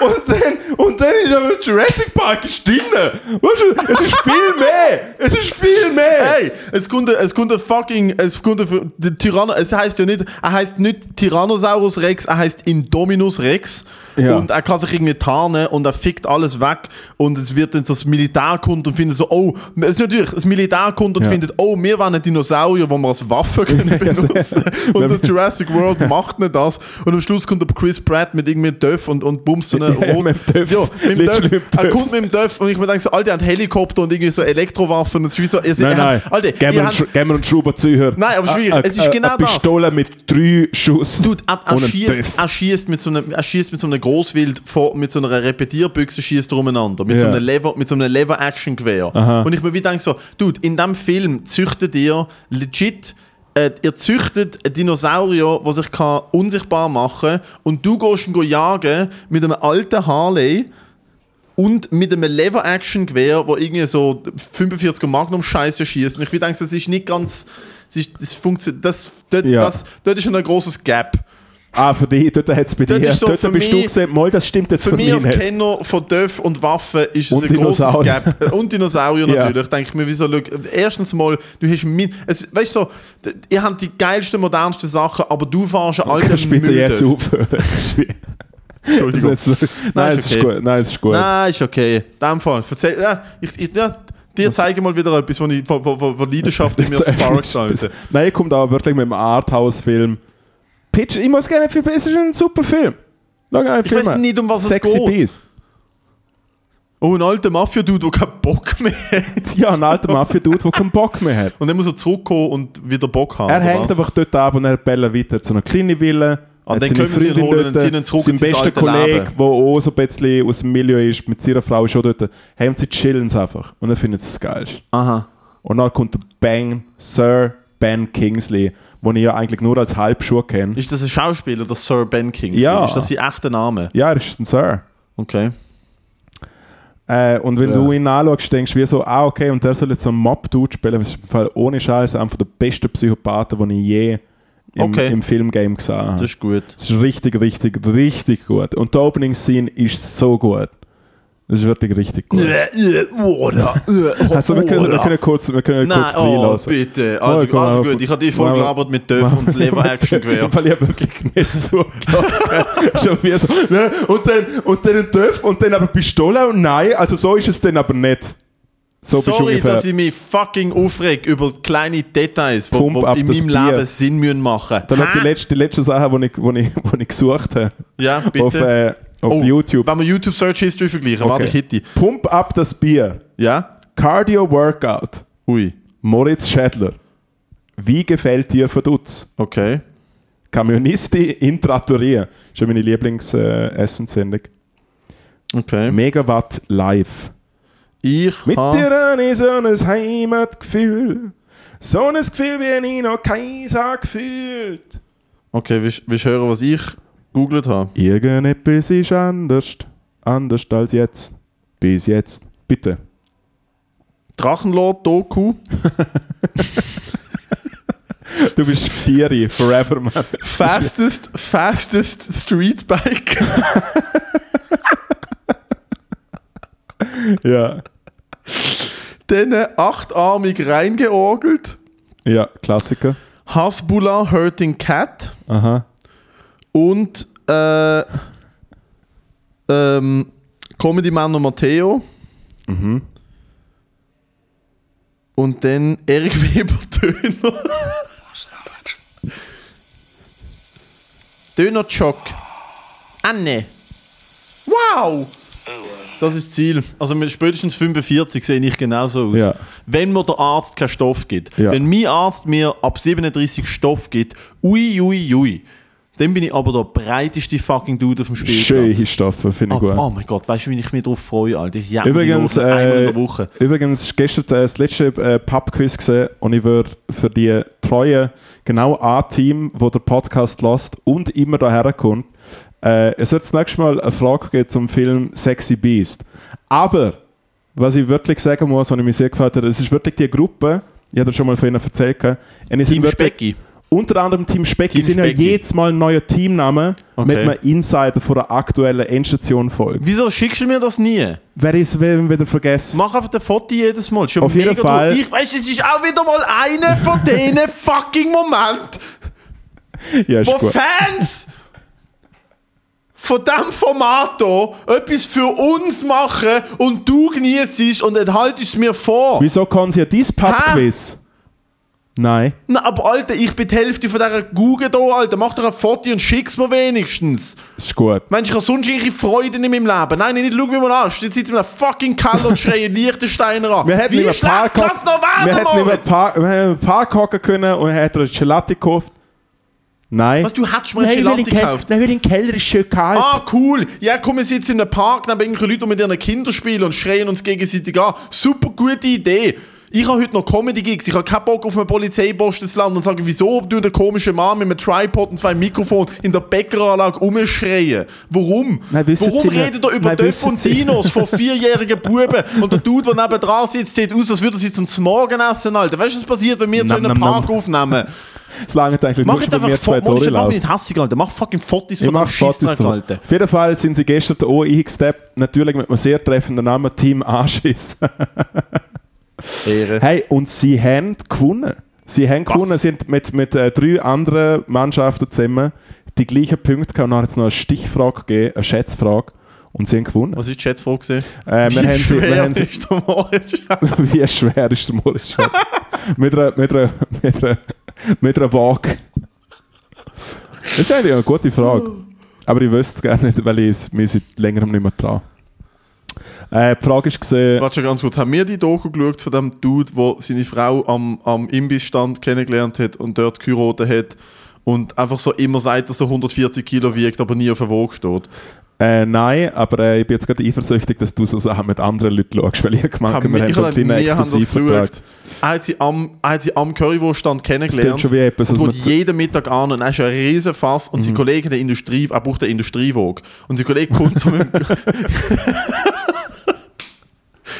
A: Und dann, und dann ist Ja, aber Jurassic Park ist drin. Weißt du, es ist viel mehr. Es ist viel mehr.
B: Hey, es kommt, ein- es kommt ein fucking, es kommt ein, der Tyranno, es heißt ja nicht, er heißt nicht Tyrannosaurus Rex, er heißt Indominus Rex.
A: Ja.
B: Und er kann sich irgendwie tarnen und er fickt alles weg und es wird dann so das Militär kommt und findet so, oh, es ist natürlich, das Militär kommt und
A: Ja.
B: findet, oh, wir waren ein Dinosaurier, wo wir als
A: [LAUGHS]
B: Waffe können
A: also-
B: benutzen. [LAUGHS] und der Jurassic World macht nicht das. Und am Schluss kommt aber Chris Pratt mit irgendwie Döff und, und bumst so
A: [LAUGHS]
B: eine
A: Ja, mit dem Töff.
B: Ja, mit dem Döff.
A: Literally mit dem
B: Er
A: Töff.
B: kommt mit dem Döff und ich mir denke so, Alter, er hat Helikopter und irgendwie so Elektrowaffen. Und es ist wie so, ihr seid-
A: Nein,
B: ihr
A: nein.
B: habt- Alter,
A: geben, wir
B: ihr
A: einen
B: habt-
A: Schru- geben wir einen Äh, Schraubenzieher.
B: Nein, aber schwierig.
A: A- a-
B: Es ist
A: a-
B: genau
A: a
B: das.
A: Pistole mit drei Schuss.
B: Dude, er, er,
A: und einem
B: schießt,
A: Töff.
B: er, schießt mit so einem, er schießt mit so einem Großwild, vor, mit so einer Repetierbüchse schießt er umeinander. Mit so
A: Ja.
B: einem Lever, mit so einem Lever-Action-Gewehr.
A: Aha.
B: Und ich mir wie denke so, Dude, in diesem Film züchtet ihr legit, äh, ihr züchtet einen Dinosaurier, der sich kann unsichtbar machen kann und du gehst ihn go jagen mit einem alten Harley und mit einem Lever-Action-Gewehr, wo irgendwie so 45er Magnum-Scheiße schießt. Und ich denke, das ist nicht ganz. Das, ist, das funktioniert. Das, dort,
A: Ja.
B: das, dort ist schon ein großes Gap.
A: Ah, für dich, dort hat es bei
B: Dort
A: dir.
B: ist so
A: dort
B: für
A: bist du
B: mich-
A: gesehen, mal, das stimmt jetzt
B: Für
A: für
B: mich
A: mich
B: als
A: nicht.
B: Kenner von Döff und Waffen ist es
A: Und
B: ein großes
A: Dinosaurier.
B: Gap. Äh, Und Dinosaurier
A: [LAUGHS] Ja.
B: natürlich. Denke ich mir, wieso, look, erstens mal, du hast min es, weißt du, so, d- ihr habt die geilsten, modernsten Sachen, aber du fährst einen
A: Kannst
B: alten
A: du bitte jetzt
B: Müll.
A: aufhören? [LAUGHS] Das ist schwierig. Das
B: Entschuldigung.
A: ist nicht so- Nein, es
B: ist
A: ist
B: okay.
A: gut. Nein, es ist gut.
B: Nein, ist okay. In dem Fall. Erzähl, ja, ich, ich, ja, dir zeige ich mal wieder etwas, wo, ich, wo, wo, wo, wo
A: [LAUGHS]
B: Leidenschaft in mir
A: Jetzt
B: sparkt.
A: öffnest du-
B: Alter.
A: Nein, ich komme da wirklich mit einem Arthouse-Film. Pitch, ich muss gerne viel es ist ein super Film. Schau einen
B: Ich weiß nicht, um was es
A: Sexy
B: geht.
A: Beast.
B: Oh, ein alter Mafia-Dude, der keinen Bock mehr hat.
A: Ja, ein alter
B: [LAUGHS]
A: Mafia-Dude, der keinen Bock mehr hat.
B: Und dann muss er zurückkommen und wieder Bock haben.
A: Er
B: oder
A: hängt
B: was?
A: einfach dort ab und er bellen weiter zu einer kleinen Villa.
B: Ah,
A: hat
B: dann
A: seine
B: können wir sie ihn
A: Freundin
B: holen und
A: dort,
B: ziehen ihn zurück
A: Sein
B: in sein
A: bester
B: altes
A: Kollege,
B: Leben.
A: der auch so ein bisschen aus dem Milieu ist, mit seiner Frau ist schon dort. Haben sie chillen es einfach. Und er findet es geil.
B: Aha.
A: Und dann kommt der Bang, Sir Ben Kingsley, den ich ja eigentlich nur als Halbschuh kenne.
B: Ist das ein Schauspieler, der Sir Ben King?
A: Ja.
B: Ist das sein echter Name?
A: Ja, er ist ein Sir.
B: Okay.
A: Äh, und wenn
B: Ja.
A: du ihn anschaust, denkst du wie so, ah, okay, und der soll jetzt so einen Mob-Dude spielen, was ist im Fall ohne Scheiße einfach der beste Psychopath, den ich je im,
B: Okay.
A: im Filmgame gesehen
B: Das
A: habe.
B: ist gut.
A: Das ist richtig, richtig, richtig gut. Und die Opening-Scene ist so gut. Das ist wirklich richtig gut.
B: Äh,
A: [LAUGHS] Also, wir können, wir können kurz, wir können
B: Nein,
A: kurz
B: oh,
A: reinlassen.
B: bitte.
A: Oh,
B: Also,
A: komm,
B: also
A: aber-
B: gut, ich habe die voll
A: aber-
B: gelabert mit Döf
A: [LAUGHS]
B: und Lever-Action-Gewehr.
A: Weil ich wirklich nicht zugelassen
B: [LAUGHS]
A: habe. Schon wie so, ne? Und dann, und dann ein Töpf und dann aber Pistole und nein, also so ist es dann aber nicht. So bist du
B: Sorry,
A: ungefähr.
B: dass ich mich fucking aufreg über kleine Details, die
A: Pump ab
B: in
A: das
B: meinem
A: Bier.
B: Leben Sinn müssen machen
A: Dann noch die
B: Hä?
A: letzte, die letzte Sache, die ich, wo ich, wo ich gesucht habe.
B: Ja, bitte.
A: Auf, äh, auf
B: Oh,
A: YouTube.
B: Wenn wir YouTube Search History vergleichen, warte, ich hätte.
A: Pump up das Bier.
B: Ja?
A: Cardio Workout.
B: Ui.
A: Moritz Schädler. Wie gefällt dir Verdutz?
B: Okay.
A: Camionisti in Trattoria. Ist ja meine äh, Lieblings-Essenssendung.
B: Okay.
A: Megawatt live.
B: Ich
A: Mit
B: ha-
A: dir habe ich so ein Heimatgefühl. So ein Gefühl, wie ich noch Kaiser gefühlt.
B: Okay, willst willst du hören, was ich googelt habe?
A: Irgendetwas ist anders. Anders als jetzt. Bis jetzt. Bitte. [LAUGHS]
B: Drachenlord-Doku.
A: Du bist Fieri, forever, man.
B: Fastest, fastest Streetbike.
A: ja.
B: Dann achtarmig reingeorgelt.
A: Ja, Klassiker.
B: Hasbullah Hurting Cat.
A: Aha.
B: Und äh, ähm, Comedy Man und Matteo.
A: Mhm.
B: Und dann Erik [LAUGHS] Weber Döner. Döner Chock. Anne. Wow! Das ist das Ziel. Also mit spätestens 45 sehe ich genauso aus.
A: Ja.
B: Wenn mir der Arzt keinen Stoff gibt.
A: Ja.
B: Wenn mein Arzt mir ab 37 Stoff gibt, ui, ui, ui, dann bin ich aber der breiteste fucking Dude auf dem Spielplatz.
A: Schöne Stoffe, finde
B: Ah,
A: ich gut.
B: oh mein Gott, weißt du, wie ich mich drauf freue, Alter? Ich jamme die
A: Übrigens,
B: Nudeln einmal in
A: äh,
B: der Woche.
A: übrigens ist gestern äh, das letzte äh, Pub-Quiz gesehen und ich würde für die treuen, genau ein Team, wo der Podcast lässt und immer daher kommt, äh, es wird das nächste Mal eine Frage geben zum Film Sexy Beast. Aber, was ich wirklich sagen muss, was ich mir sehr gefällt hat, es ist wirklich die Gruppe, ich hatte schon mal von Ihnen erzählt, gehabt, und die sind
B: Team
A: wirklich,
B: Specki.
A: unter anderem Team Specki
B: Team
A: sind ja
B: Specki.
A: jedes Mal ein neuer Teamname
B: Okay.
A: mit einem Insider von der aktuellen Endstation-Folge.
B: Wieso schickst du mir das nie?
A: Wer ist, wenn wir wieder vergessen?
B: Mach einfach ein Foto jedes Mal. Schon
A: Auf jeden
B: mega
A: Fall.
B: durch. Ich weiß, es ist auch wieder mal einer von denen fucking Moment,
A: Ja, ist
B: wo
A: gut.
B: Fans von diesem Format hier etwas für uns machen und du genießt und dann haltest es mir vor.
A: Wieso kann sie ja dein Pub-Quiz? Nein.
B: Na, aber Alter, ich bin die Hälfte von dieser Google hier, Alter. Mach doch ein Foto und schick's mir wenigstens.
A: Ist gut.
B: Mensch, ich habe sonst irgendwelche Freude in meinem Leben. Nein, nein, nicht, schau mich mal an. Jetzt sitzt mir einem fucking Keller und schreien [LAUGHS] Liechtensteiner an.
A: Wir hätten
B: Wie
A: nicht mehr
B: schlecht
A: Parkhock-
B: kann's noch
A: wir
B: werden,
A: hätten nicht mehr
B: Moritz?
A: Park- wir hätten einen Park hocken können und hätten eine Gelati gekauft. Nein.
B: Was, du hättest mir eine Gelati gekauft?
A: Nein, weil im Keller ist schön kalt.
B: Ah, cool. Ja, komm, wir sitzen in einem Park neben irgendwelchen Leuten, die mit ihren Kindern spielen und schreien uns gegenseitig an. Super gute Idee. Ich habe heute noch Comedy-Gigs. Ich habe keinen Bock auf einen Polizeiposten zu landen und sagen, wieso du der komische Mann mit einem Tripod und zwei Mikrofon in der Bäckeranlage rumschreien? Warum?
A: Nein, wissen
B: Warum
A: Sie nicht.
B: redet ihr über
A: Nein,
B: Döff
A: wissen
B: und
A: Sie-
B: Dinos von vierjährigen Buben und der Dude, der neben dran sitzt, sieht aus, als würde er sie zum Morgenessen halten? Weißt du, was passiert, wenn wir zu
A: Nam, nam,
B: einem
A: nam.
B: Park aufnehmen?
A: Es langt eigentlich
B: Mach
A: nur
B: jetzt
A: schon, wenn
B: einfach
A: wir zwei
B: Fotos. Mach
A: Tore laufen.
B: nicht hassig, Alter. Mach fucking Fotos
A: Ich
B: von dem
A: mache Fotos
B: Schissdreck,
A: davon.
B: Alter.
A: Auf jeden Fall sind sie gestern da auch eingesteppt, natürlich mit einem sehr treffenden Namen, Team Anschiss.
B: Ehre.
A: hey, und sie haben gewonnen. Sie haben
B: Was?
A: gewonnen, sind mit, mit äh, drei anderen Mannschaften zusammen die gleichen Punkte gehabt. Und dann hat es noch eine Stichfrage gegeben, eine Schätzfrage. Und sie haben gewonnen.
B: Was ist die Schätzfrage gesehen?
A: Äh, wir haben
B: [LAUGHS]
A: sie, wir haben sie,
B: ist der [LAUGHS] Moritz?
A: [LAUGHS] wie schwer ist der Moritz? mit einer, mit einer, mit einer, mit einer Waage. Das ist eigentlich eine gute Frage. Aber ich wüsste es gerne nicht, weil ich es mir seit längerem nicht mehr traue. Äh, die Frage ist gesehen,
B: Warte schon ganz kurz. Haben wir die Doku geschaut von dem Dude, der seine Frau am, am Imbissstand kennengelernt hat und dort geheiratet hat und einfach so immer sagt, dass er 140 Kilo wiegt, aber nie auf der Waage steht?
A: äh, nein, aber äh, ich bin jetzt gerade eifersüchtig, dass du so Sachen mit anderen Leuten schaust, weil ich gemacht habe, wir haben so einen kleinen
B: wir haben das
A: Exklusivvertrag.
B: geschaut. Er hat sie am, er hat sie am Currywurststand
A: Das klingt
B: kennengelernt.
A: schon wie etwas,
B: und
A: was
B: wurde
A: man zu- Mhm.
B: jeden Mittag an und er ist ein riesen Fass und sein Kollege in der Industrie, er braucht eine Industriewog. Und sein Kollege kommt so mit dem [LAUGHS]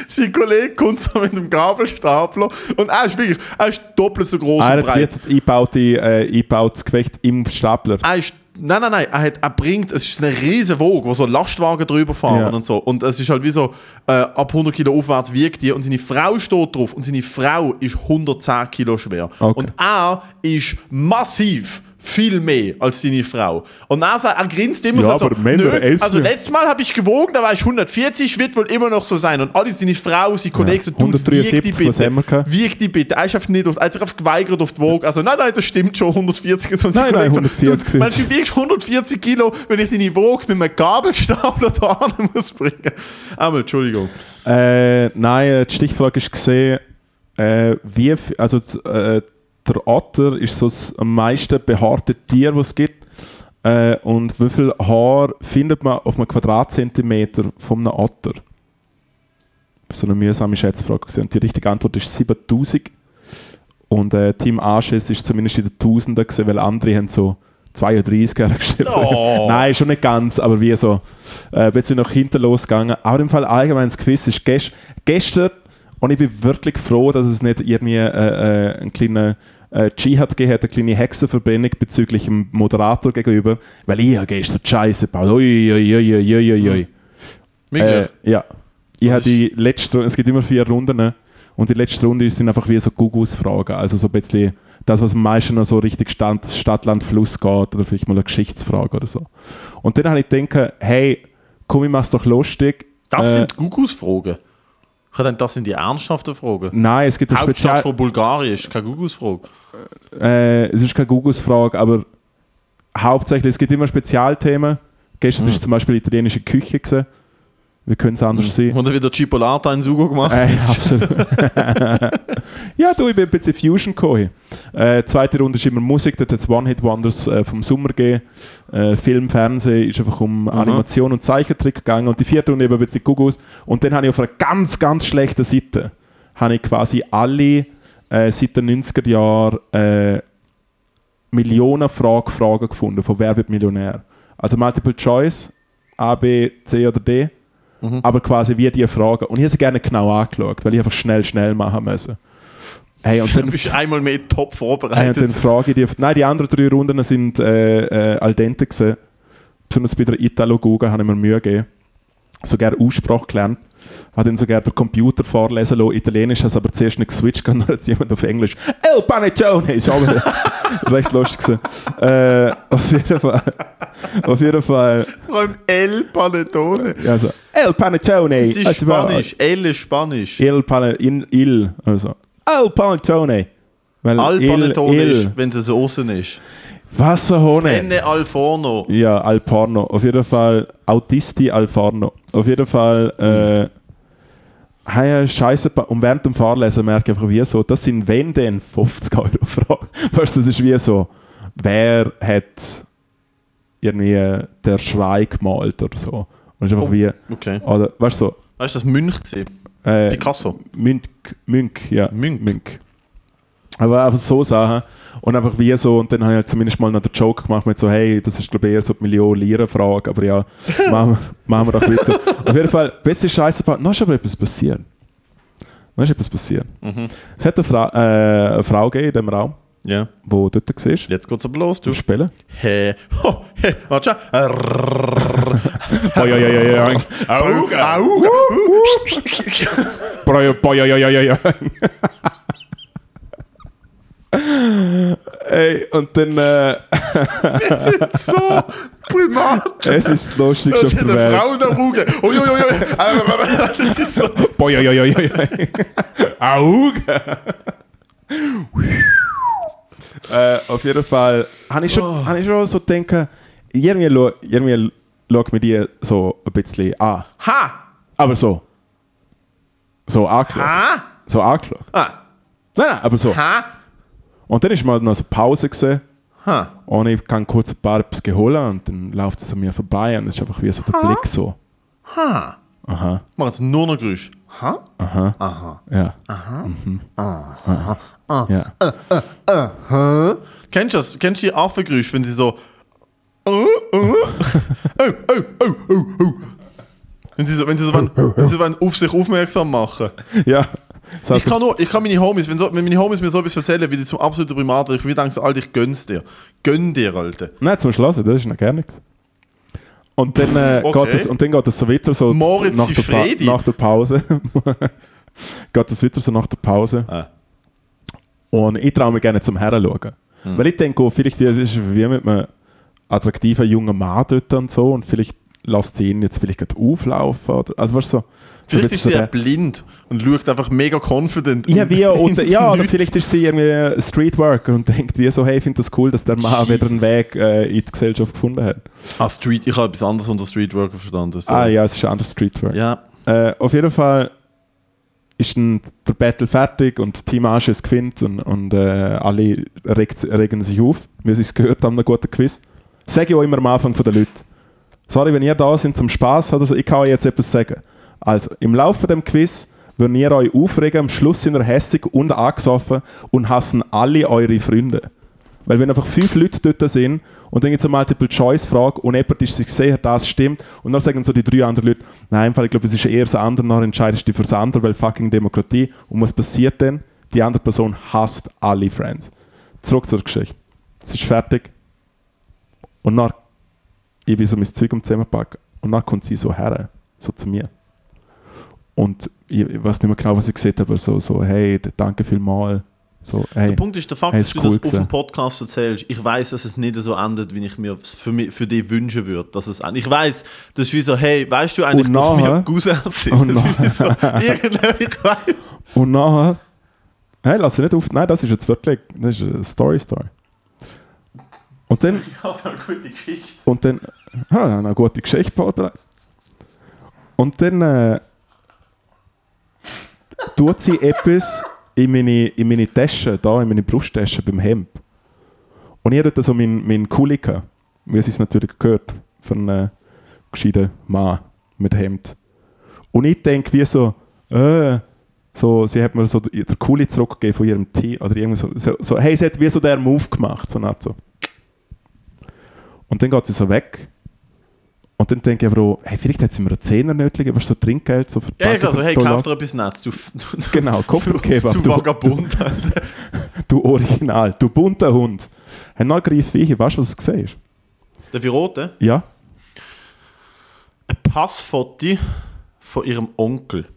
B: Sein Kollege kommt so mit dem Gabelstapler und er ist wirklich, er ist doppelt so groß
A: Ah, Er
B: und
A: hat
B: breit.
A: jetzt eingebaut, die, äh, eingebautes Gefecht im Stapler.
B: Er Ah, ist, nein, nein, nein, er, hat, er bringt, es ist eine riesen Woge, wo so Lastwagen drüber fahren
A: Ja.
B: und so. Und es ist halt wie so, äh, ab 100 Kilo aufwärts wiegt die und seine Frau steht drauf und seine Frau ist 110 Kilo schwer.
A: Okay.
B: Und er ist massiv viel mehr als seine Frau. Und er, sagt, er grinst immer
A: Ja,
B: so,
A: aber
B: so
A: Männer essen
B: also
A: ja."
B: letztes Mal habe ich gewogen, da war ich 140, wird wohl immer noch so sein. Und alle seine Frau, seine Kollegen,
A: Ja.
B: so, "Dude, wieg die
A: 173, was haben wir
B: bitte,
A: gehabt?
B: wieg die bitte. Er ist einfach nicht auf, er hat sich einfach geweigert auf die Waage. Also nein, nein, das stimmt schon, 140 ist unser
A: Nein, nein,
B: Kollege
A: 140
B: So, du, meinst du, du wiegst 140 Kilo, wenn ich deine Waage mit einem Gabelstapler [LAUGHS] da an muss bringen? Einmal, Entschuldigung.
A: Äh, nein, äh, die Stichfrage ist gesehen, äh, wie, f- also z- äh, der Otter ist so das am meisten behaarte Tier, was es gibt. Äh, und wie viel Haar findet man auf einem Quadratzentimeter von einem Otter? So eine mühsame Schätzfrage. gewesen. Und die richtige Antwort ist 7000. Und äh, Team Asches ist zumindest in den Tausenden gewesen, weil andere haben so 32 hergestellt.
B: Oh.
A: [LAUGHS] Nein, schon nicht ganz, aber wie so. Äh, jetzt sind noch hinten losgegangen. Aber im Fall allgemein das Quiz ist gest gestern und ich bin wirklich froh, dass es nicht irgendwie äh, äh, einen kleinen äh, Dschihad gegeben hat, eine kleine Hexenverbrennung bezüglich dem Moderator gegenüber, weil ich ja gestern die Scheiße gebaut. Ui, ui, ui, ui, ui, ui, ui. Äh, ja. Ich habe die letzte Runde, es gibt immer vier Runden ne? und die letzte Runde sind einfach wie so Gugus-Fragen, also so ein bisschen das, was am meisten noch so richtig Stand, Stadt, Land, Fluss geht oder vielleicht mal eine Geschichtsfrage oder so. Und dann habe ich gedacht, hey, komm, ich mach's doch lustig.
B: das
A: äh,
B: sind Gugus-Fragen. Ich habe gedacht, das sind die ernsthaften Fragen.
A: Nein, es gibt eine
B: Hauptstadt
A: Spezial...
B: von Bulgarien ist keine Gugus-Frage.
A: Äh, es ist keine Gugus-Frage, aber hauptsächlich, es gibt immer Spezialthemen. Gestern
B: Hm.
A: war zum Beispiel italienische Küche. Gewesen. Wie könnte es anders sein?
B: Und dann wieder Chipolata in Sugo gemacht.
A: Äh, absolut. [LAUGHS] ja, du, ich bin ein bisschen Fusion gekommen. Äh, zweite Runde ist immer Musik, dort hat es One-Hit-Wonders äh, vom Sommer gegeben. Äh, Film, Fernsehen ist einfach um Animation und Zeichentrick gegangen. Und die vierte Runde eben ein bisschen Gugus. Und dann habe ich auf einer ganz, ganz schlechten Seite habe ich quasi alle äh, seit den 90er Jahren äh, Millionen Frage, Fragen gefunden von Wer wird Millionär? Also Multiple Choice, A, B, C oder D. Aber quasi wie die Fragen. Und ich habe sie gerne genau angeschaut, weil ich einfach schnell, schnell machen müssen. Hey, und
B: [LAUGHS] Du [LAUGHS]
A: dann,
B: bist einmal mehr top
A: hey, und dann
B: vorbereitet.
A: frage ich dich, nein, die anderen drei Runden sind äh, äh, al dente gewesen. Besonders bei der Italo-Guga habe ich mir Mühe gegeben. Sogar Aussprache gelernt. Habe dann sogar den Computer vorlesen lassen. Italienisch hat aber zuerst nicht geswitcht [LAUGHS] und dann hat jemand auf Englisch El Panettone! Ist auch [LAUGHS] recht lustig gewesen. Äh, auf jeden Fall. [LAUGHS] Auf jeden Fall.
B: Vor allem El Panettone.
A: Ja, Also, El Panettone!
B: Es ist
A: Also, war-
B: Spanisch. El ist Spanisch.
A: Il Pane, in, il, also. Al Panettone. Weil
B: Al
A: il-
B: Panettone
A: il-
B: ist, wenn es eine Soße ist.
A: Wasserhone.
B: Penne al forno.
A: Ja, Al Porno. Auf jeden Fall Autisti Al Porno. Auf jeden Fall, äh, hey, scheiße. Pa- Und während dem Fahrlesen merke ich einfach, wie so, das sind wenn denn 50 Euro Fragen. [LAUGHS] Weißt du, das ist wie so, wer hat irgendwie der Schrei gemalt oder so. Und es ist einfach
B: Oh.
A: wie,
B: Okay.
A: oder, weißt du,
B: Weißt du, das Münch gesehen?
A: so, äh,
B: Picasso.
A: Münk, Münk, ja.
B: Münk.
A: Münk. Aber einfach so Sachen. Und einfach wie so, und dann habe ich halt zumindest mal noch den Joke gemacht mit so, hey, das ist glaube ich eher so die Million-Lira-Frage, aber [LAUGHS] ja, machen wir, machen wir doch weiter. Auf jeden Fall, beste Scheiße, dann ist aber etwas passiert. Dann ist etwas passiert. Es hat eine, Fra äh, eine Frau gegeben in dem Raum,
B: Ja.
A: wo dort war,
B: Jetzt geht's aber los, du.
A: zum Spielen.
B: Hä? Ho, hä? Warte schon.
A: Boi, ja, ja, ja, [LAUGHS] ja.
B: Auge.
A: Boi, boi, ja, ja, ja, ja, ja. Ey, und dann, äh,
B: So, Primat.
A: es ist das Lustigste auf
B: Das ist
A: der
B: eine
A: Welt.
B: Frau in der Ruge. Uiuiui. Das ist so.
A: Boi, ja, ja, ja, ja, ja. Auge. äh, auf jeden Fall habe ich, schon- habe ich schon so denken, irgendwie schau- irgendwie schau mir die so ein bisschen an.
B: Ha!
A: Aber so. So angeschaut.
B: Ha!
A: So angeschaut.
B: Ah.
A: Nein, nein, aber so.
B: Ha!
A: Und dann ist mal noch so Pause gewesen.
B: Ha!
A: Und ich kann kurz ein paar etwas geholt und dann läuft es an mir vorbei und es ist einfach wie so der Blick so.
B: Ha!
A: Aha,
B: Mach jetzt nur noch Geräusch. Ha?
A: aha.
B: Aha.
A: Ja. Aha. Mhm. Aha. Ja.
B: Kennst du das? Kennst du die Affengeräusche, wenn sie so.
A: [LAUGHS]
B: Oh, oh. Oh, oh, oh, oh, oh. Wenn sie so, wenn sie so, wenn, wenn sie so wollen auf sich aufmerksam machen.
A: Ja. Das
B: Ich
A: heißt,
B: kann nur, ich kann meine Homies, wenn, so, wenn meine Homies mir so etwas erzählen, wie die zum absoluten Primat werden, ich würde denken so, Alter, ich gönn's dir. Gönn dir, Alter.
A: nein, zum Schluss, das ist noch gar nichts. Und dann, äh,
B: Okay.
A: geht das, und dann geht das so weiter so
B: Moritz
A: nach, der
B: Sifredi.
A: nach der Pause. [LAUGHS] geht das weiter so nach der Pause.
B: Ah.
A: Und ich traue mir gerne zum Herren schauen.
B: Hm.
A: Weil ich denke, oh, vielleicht das ist wie mit einem attraktiven jungen Mann dort und so und vielleicht lässt sie ihn jetzt vielleicht gerade auflaufen. Oder, also weißt du, so, so
B: Vielleicht
A: jetzt
B: ist
A: so
B: sie ja
A: der-
B: blind und schaut einfach mega confident.
A: Ja,
B: und
A: wie,
B: [LAUGHS] nimmt
A: oder, ja, oder
B: nichts.
A: vielleicht ist sie irgendwie Streetworker und [LAUGHS] denkt wie so, hey, ich finde das cool, dass der Mann wieder einen
B: Jesus.
A: Weg äh, in die Gesellschaft gefunden hat.
B: Ah, Street, ich habe etwas anderes unter Streetworker verstanden. So.
A: Ah ja, es ist ein anderes Streetwork.
B: Ja.
A: Äh, auf jeden Fall ist dann der Battle fertig und Team Arsch ist gewinnt und, und äh, alle regt, regen sich auf. Wie sie es gehört haben, einen guten Quiz. Sage ich auch immer am Anfang von den Leuten. Sorry, wenn ihr da sind zum Spaß oder so, ich kann euch jetzt etwas sagen. Also, im Laufe dem Quiz würden ihr euch aufregen, am Schluss sind ihr hässig und angesoffen und hassen alle eure Freunde. Weil wenn einfach fünf Leute dort sind und dann gibt es eine Multiple-Choice-Frage und jemand ist sich sicher, das stimmt und dann sagen so die drei anderen Leute, nein, im Fall, ich glaube, es ist eher das andere, dann entscheidest du dich fürs andere, weil fucking Demokratie. Und was passiert denn? Die andere Person hasst alle Friends. Zurück zur Geschichte. Es ist fertig. Und dann, ich will so mein Zeug um zusammenpacken und dann kommt sie so her, so zu mir. Und ich, ich weiß nicht mehr genau, was ich gesehen habe, aber so, so hey, danke vielmal. So, hey.
B: Der Punkt ist der Fakt,
A: Hey,
B: dass
A: ist
B: du
A: cool
B: das auf
A: gewesen.
B: dem Podcast erzählst. Ich weiß, dass es nicht so endet, wie ich mir für, mich, für dich wünschen würde. Dass es endet. Ich weiß, das ist wie so, hey, weißt du eigentlich,
A: Und
B: dass wir
A: nachher?
B: Cousins sind?
A: Und
B: das ist wie so, [LAUGHS] irgendwie, ich weiß.
A: Und nachher. Nein, lass sie nicht auf. Nein, das ist jetzt wirklich. Das ist eine Story Story. Und dann.
B: Ich habe eine gute Geschichte.
A: Und dann. Ah, ich habe eine gute Geschichte vorbereitet. Und dann. Äh, tut sie etwas in meine, in meine Tasche, da, in meine Brusttasche beim Hemd. Und ich hatte so meinen mein Kuli gehabt. Wie sie es natürlich gehört, von einem gescheiten Mann mit Hemd. Und ich denke, wie so, äh, so, sie hat mir so den den Kuli zurückgegeben von ihrem Team. Oder irgendwie so, so, so, hey, sie hat wie so der Move gemacht. So, eine Art so. Und dann geht sie so weg. Und dann denke ich aber auch, hey, vielleicht hätte sie mir einen Zehner nötig, aber so Trinkgeld, so für
B: Ja,
A: ein
B: ich
A: paar
B: also, hey,
A: Dollar.
B: kauf dir etwas Netz, du, du, du,
A: [LAUGHS] Genau, Kopfgeber.
B: du Vagabund. [LAUGHS]
A: Du Original, du bunter Hund. Hey, noch greif ich, weißt du, was du gesehen hast?
B: Der Virote,
A: Ja?
B: ein Passfoto von ihrem Onkel.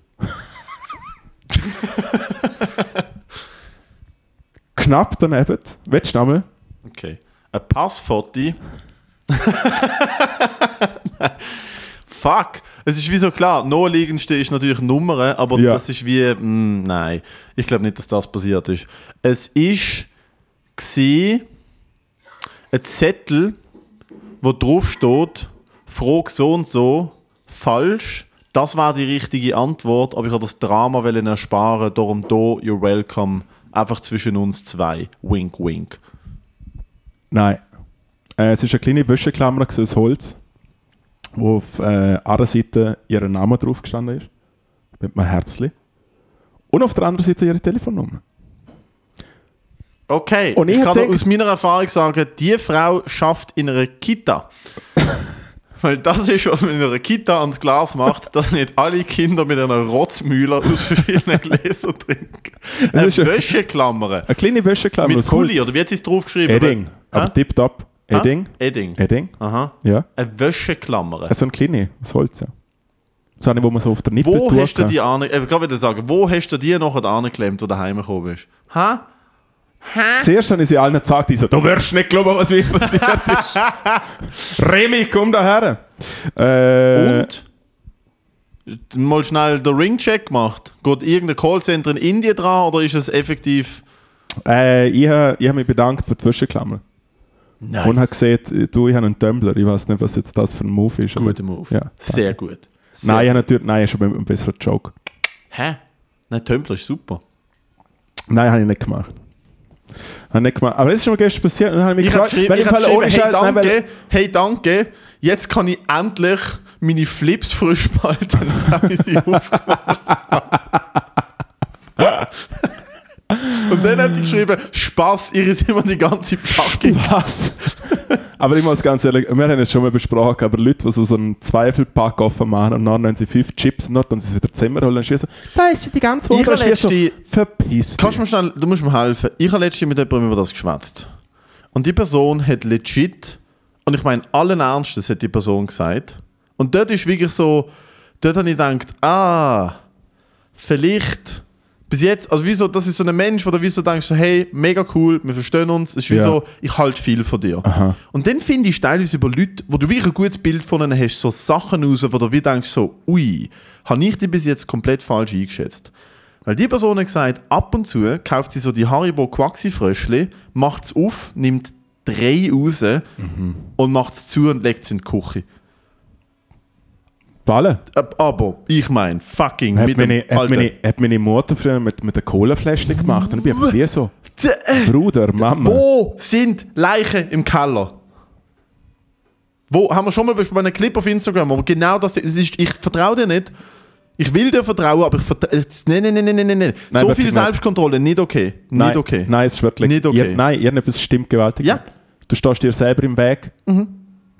A: Knapp daneben. Willst du nochmal?
B: Okay. Ein Passfoto. [LAUGHS] Fuck! Es ist wie so klar, naheliegendste ist natürlich Nummern, aber
A: Ja.
B: das ist wie. mm, nein, ich glaube nicht, dass das passiert ist. Es ist gsi ein Zettel, wo drauf steht, frag so und so, falsch. Das war die richtige Antwort, aber ich wollte das Drama wollen ersparen, darum do you're welcome. Einfach zwischen uns zwei. Wink, wink.
A: Nein. Äh, es war eine kleine Wäscheklammer gewesen aus Holz, wo auf äh, einer Seite ihr Name drauf gestanden ist. Mit einem Herzli. Und auf der anderen Seite ihre Telefonnummer.
B: Okay,
A: Und ich
B: ich,
A: hab
B: kann dir
A: gedacht-
B: aus meiner Erfahrung sagen, die Frau schafft in einer
A: [LAUGHS]
B: Kita. Weil das ist, was man in einer Kita ans Glas macht, dass nicht alle Kinder mit einer Rotzmühle aus
A: [LAUGHS]
B: verschiedenen Gläsern trinken. Eine
A: ist ja-
B: Wäscheklammer.
A: Eine kleine Wäscheklammer
B: Mit
A: aus Holz.
B: Kuli, oder wie hat sie es draufgeschrieben?
A: Edding. Aber
B: Aber
A: tipptopp. Edding.
B: Edding.
A: Edding.
B: Aha. Äh,
A: Ja.
B: Eine Wäscheklammer.
A: Also eine kleine aus Holz, ja. So eine, wo man so auf der Nippe
B: Wo
A: tun
B: hast du
A: kann.
B: die ane, ich kann wieder sagen, wo hast du die nachher angeklemmt, wo du heimgekommen bist? Ha?
A: Zuerst habe ich sie allen gesagt, ich so, du wirst nicht glauben, was mir passiert
B: [LAUGHS]
A: ist. Remi, komm daher. Äh,
B: Und? Mal schnell den Ringcheck gemacht. Geht irgendein Callcenter in Indien dran oder ist es effektiv.
A: Äh, ich habe ich hab mich bedankt für die Wäscheklammer.
B: Nice.
A: Und habe gesehen, du, ich habe einen Tumblr. Ich weiß nicht, was jetzt das für ein Move ist. aber-
B: Guter Move.
A: Ja.
B: Sehr gut. Sehr
A: Nein, ich habe natürlich, nein, ich habe einen besseren Joke.
B: Hä? Nein, Templer ist super.
A: Nein, habe ich nicht gemacht. Habe ich nicht gemacht. Aber das ist mir gestern passiert. Und dann habe ich
B: Ich
A: mich
B: habe
A: gefragt,
B: geschrieben,
A: weil
B: ich hab
A: Fall
B: geschrieben hey,
A: Scheiß- nein,
B: danke,
A: weil-
B: hey, danke, jetzt kann ich endlich meine Flips frisch behalten. [LAUGHS] Dann habe ich sie aufgemacht. Und dann hat ich geschrieben, Spaß, ihr ist immer die ganze Packung.
A: Was? aber ich muss ganz ehrlich, wir haben es schon mal besprochen, aber Leute, die so, so einen Zweifelpack offen machen und dann nehmen sie fünf Chips und dann sie es wieder Zimmer holen und schießen. Da ist sie die ganze Woche
B: Ich
A: und dann ist sie
B: letzte-
A: so, verpisst.
B: Kannst du mir schnell, du musst mir helfen. Ich habe letztens mit jemandem über das geschwätzt. Und die Person hat legit, und ich meine allen Ernstes hat die Person gesagt. Und dort ist wirklich so, dort habe ich gedacht, ah, vielleicht, bis jetzt, also wieso, das ist so ein Mensch, wo du wieso denkst, so, hey, mega cool, wir verstehen uns, es ist wie
A: Ja.
B: so, ich halte viel von dir.
A: Aha.
B: Und dann finde ich teilweise über Leute, wo du wirklich ein gutes Bild von ihnen hast, so Sachen raus, wo du wie denkst, so, ui, habe ich die bis jetzt komplett falsch eingeschätzt. Weil die Person hat gesagt, ab und zu kauft sie so die Haribo Quaxi-Fröschli, macht es auf, nimmt drei raus
A: Mhm.
B: und macht es zu und legt es in die Küche.
A: Ballen.
B: Ab- Aber ich meine, fucking
A: Hat meine,
B: dem-
A: hat,
B: Alter.
A: meine, hat meine Mutter früher mit, mit der Kohlefläschchen gemacht und ich bin einfach wie so, Bruder, Mama.
B: Wo sind Leichen im Keller? Wo haben wir schon mal bei einem Clip auf Instagram, wo wir genau das, es ist, ich vertraue dir nicht. Ich will dir vertrauen, aber ich vertraue. Nein, nein, nein, nein, nein, nein. nein so
A: wirklich
B: viel
A: nicht.
B: Selbstkontrolle, nicht okay. Nicht
A: Nein,
B: okay.
A: Nein, es ist wirklich.
B: Nicht okay.
A: Ihr, nein, irgendetwas stimmt gewaltig.
B: Ja. Mhm.
A: nicht. Du stehst dir selber im Weg.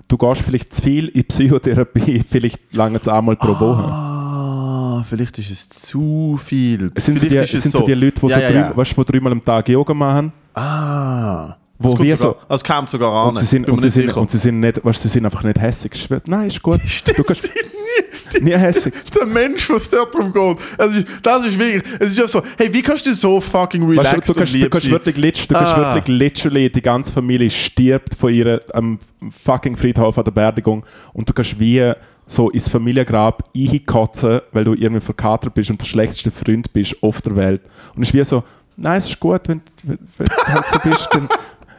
A: Du gehst vielleicht zu viel in Psychotherapie, [LAUGHS] vielleicht lange es einmal pro Woche.
B: Ah, vielleicht ist es zu viel.
A: Es sind, so
B: vielleicht
A: die, es sind so die Leute, die
B: ja,
A: so
B: ja,
A: drei,
B: ja. Oh
A: Weißt, du, die dreimal am Tag Yoga machen.
B: Ah.
A: Wo
B: es kommt
A: wir
B: sogar, Es kam sogar an.
A: Und sie sind,
B: Bin
A: und
B: mir
A: sie
B: nicht
A: sind,
B: sicher. [LAUGHS]
A: und sie sind, nicht, weißt, du, sie sind einfach nicht hässig. Ich schwör- Nein, ist gut. du kannst nie hässig.
B: der Mensch, was der drum geht. Es ist, das ist wirklich. Es ist ja so, hey, wie kannst du so fucking
A: Weißt
B: relaxed
A: du, du kannst,
B: und
A: du
B: lieb
A: kannst
B: sein?
A: wirklich, lit- du kannst
B: Ah.
A: wirklich literally, die ganze Familie stirbt von ihrer am fucking Friedhof an der Beerdigung und du kannst wie so ins Familiengrab einkotzen, weil du irgendwie verkatert bist und der schlechteste Freund bist auf der Welt. Und es ist wie so, nein, es ist gut, wenn, wenn, wenn du halt so bist, dann... [LAUGHS]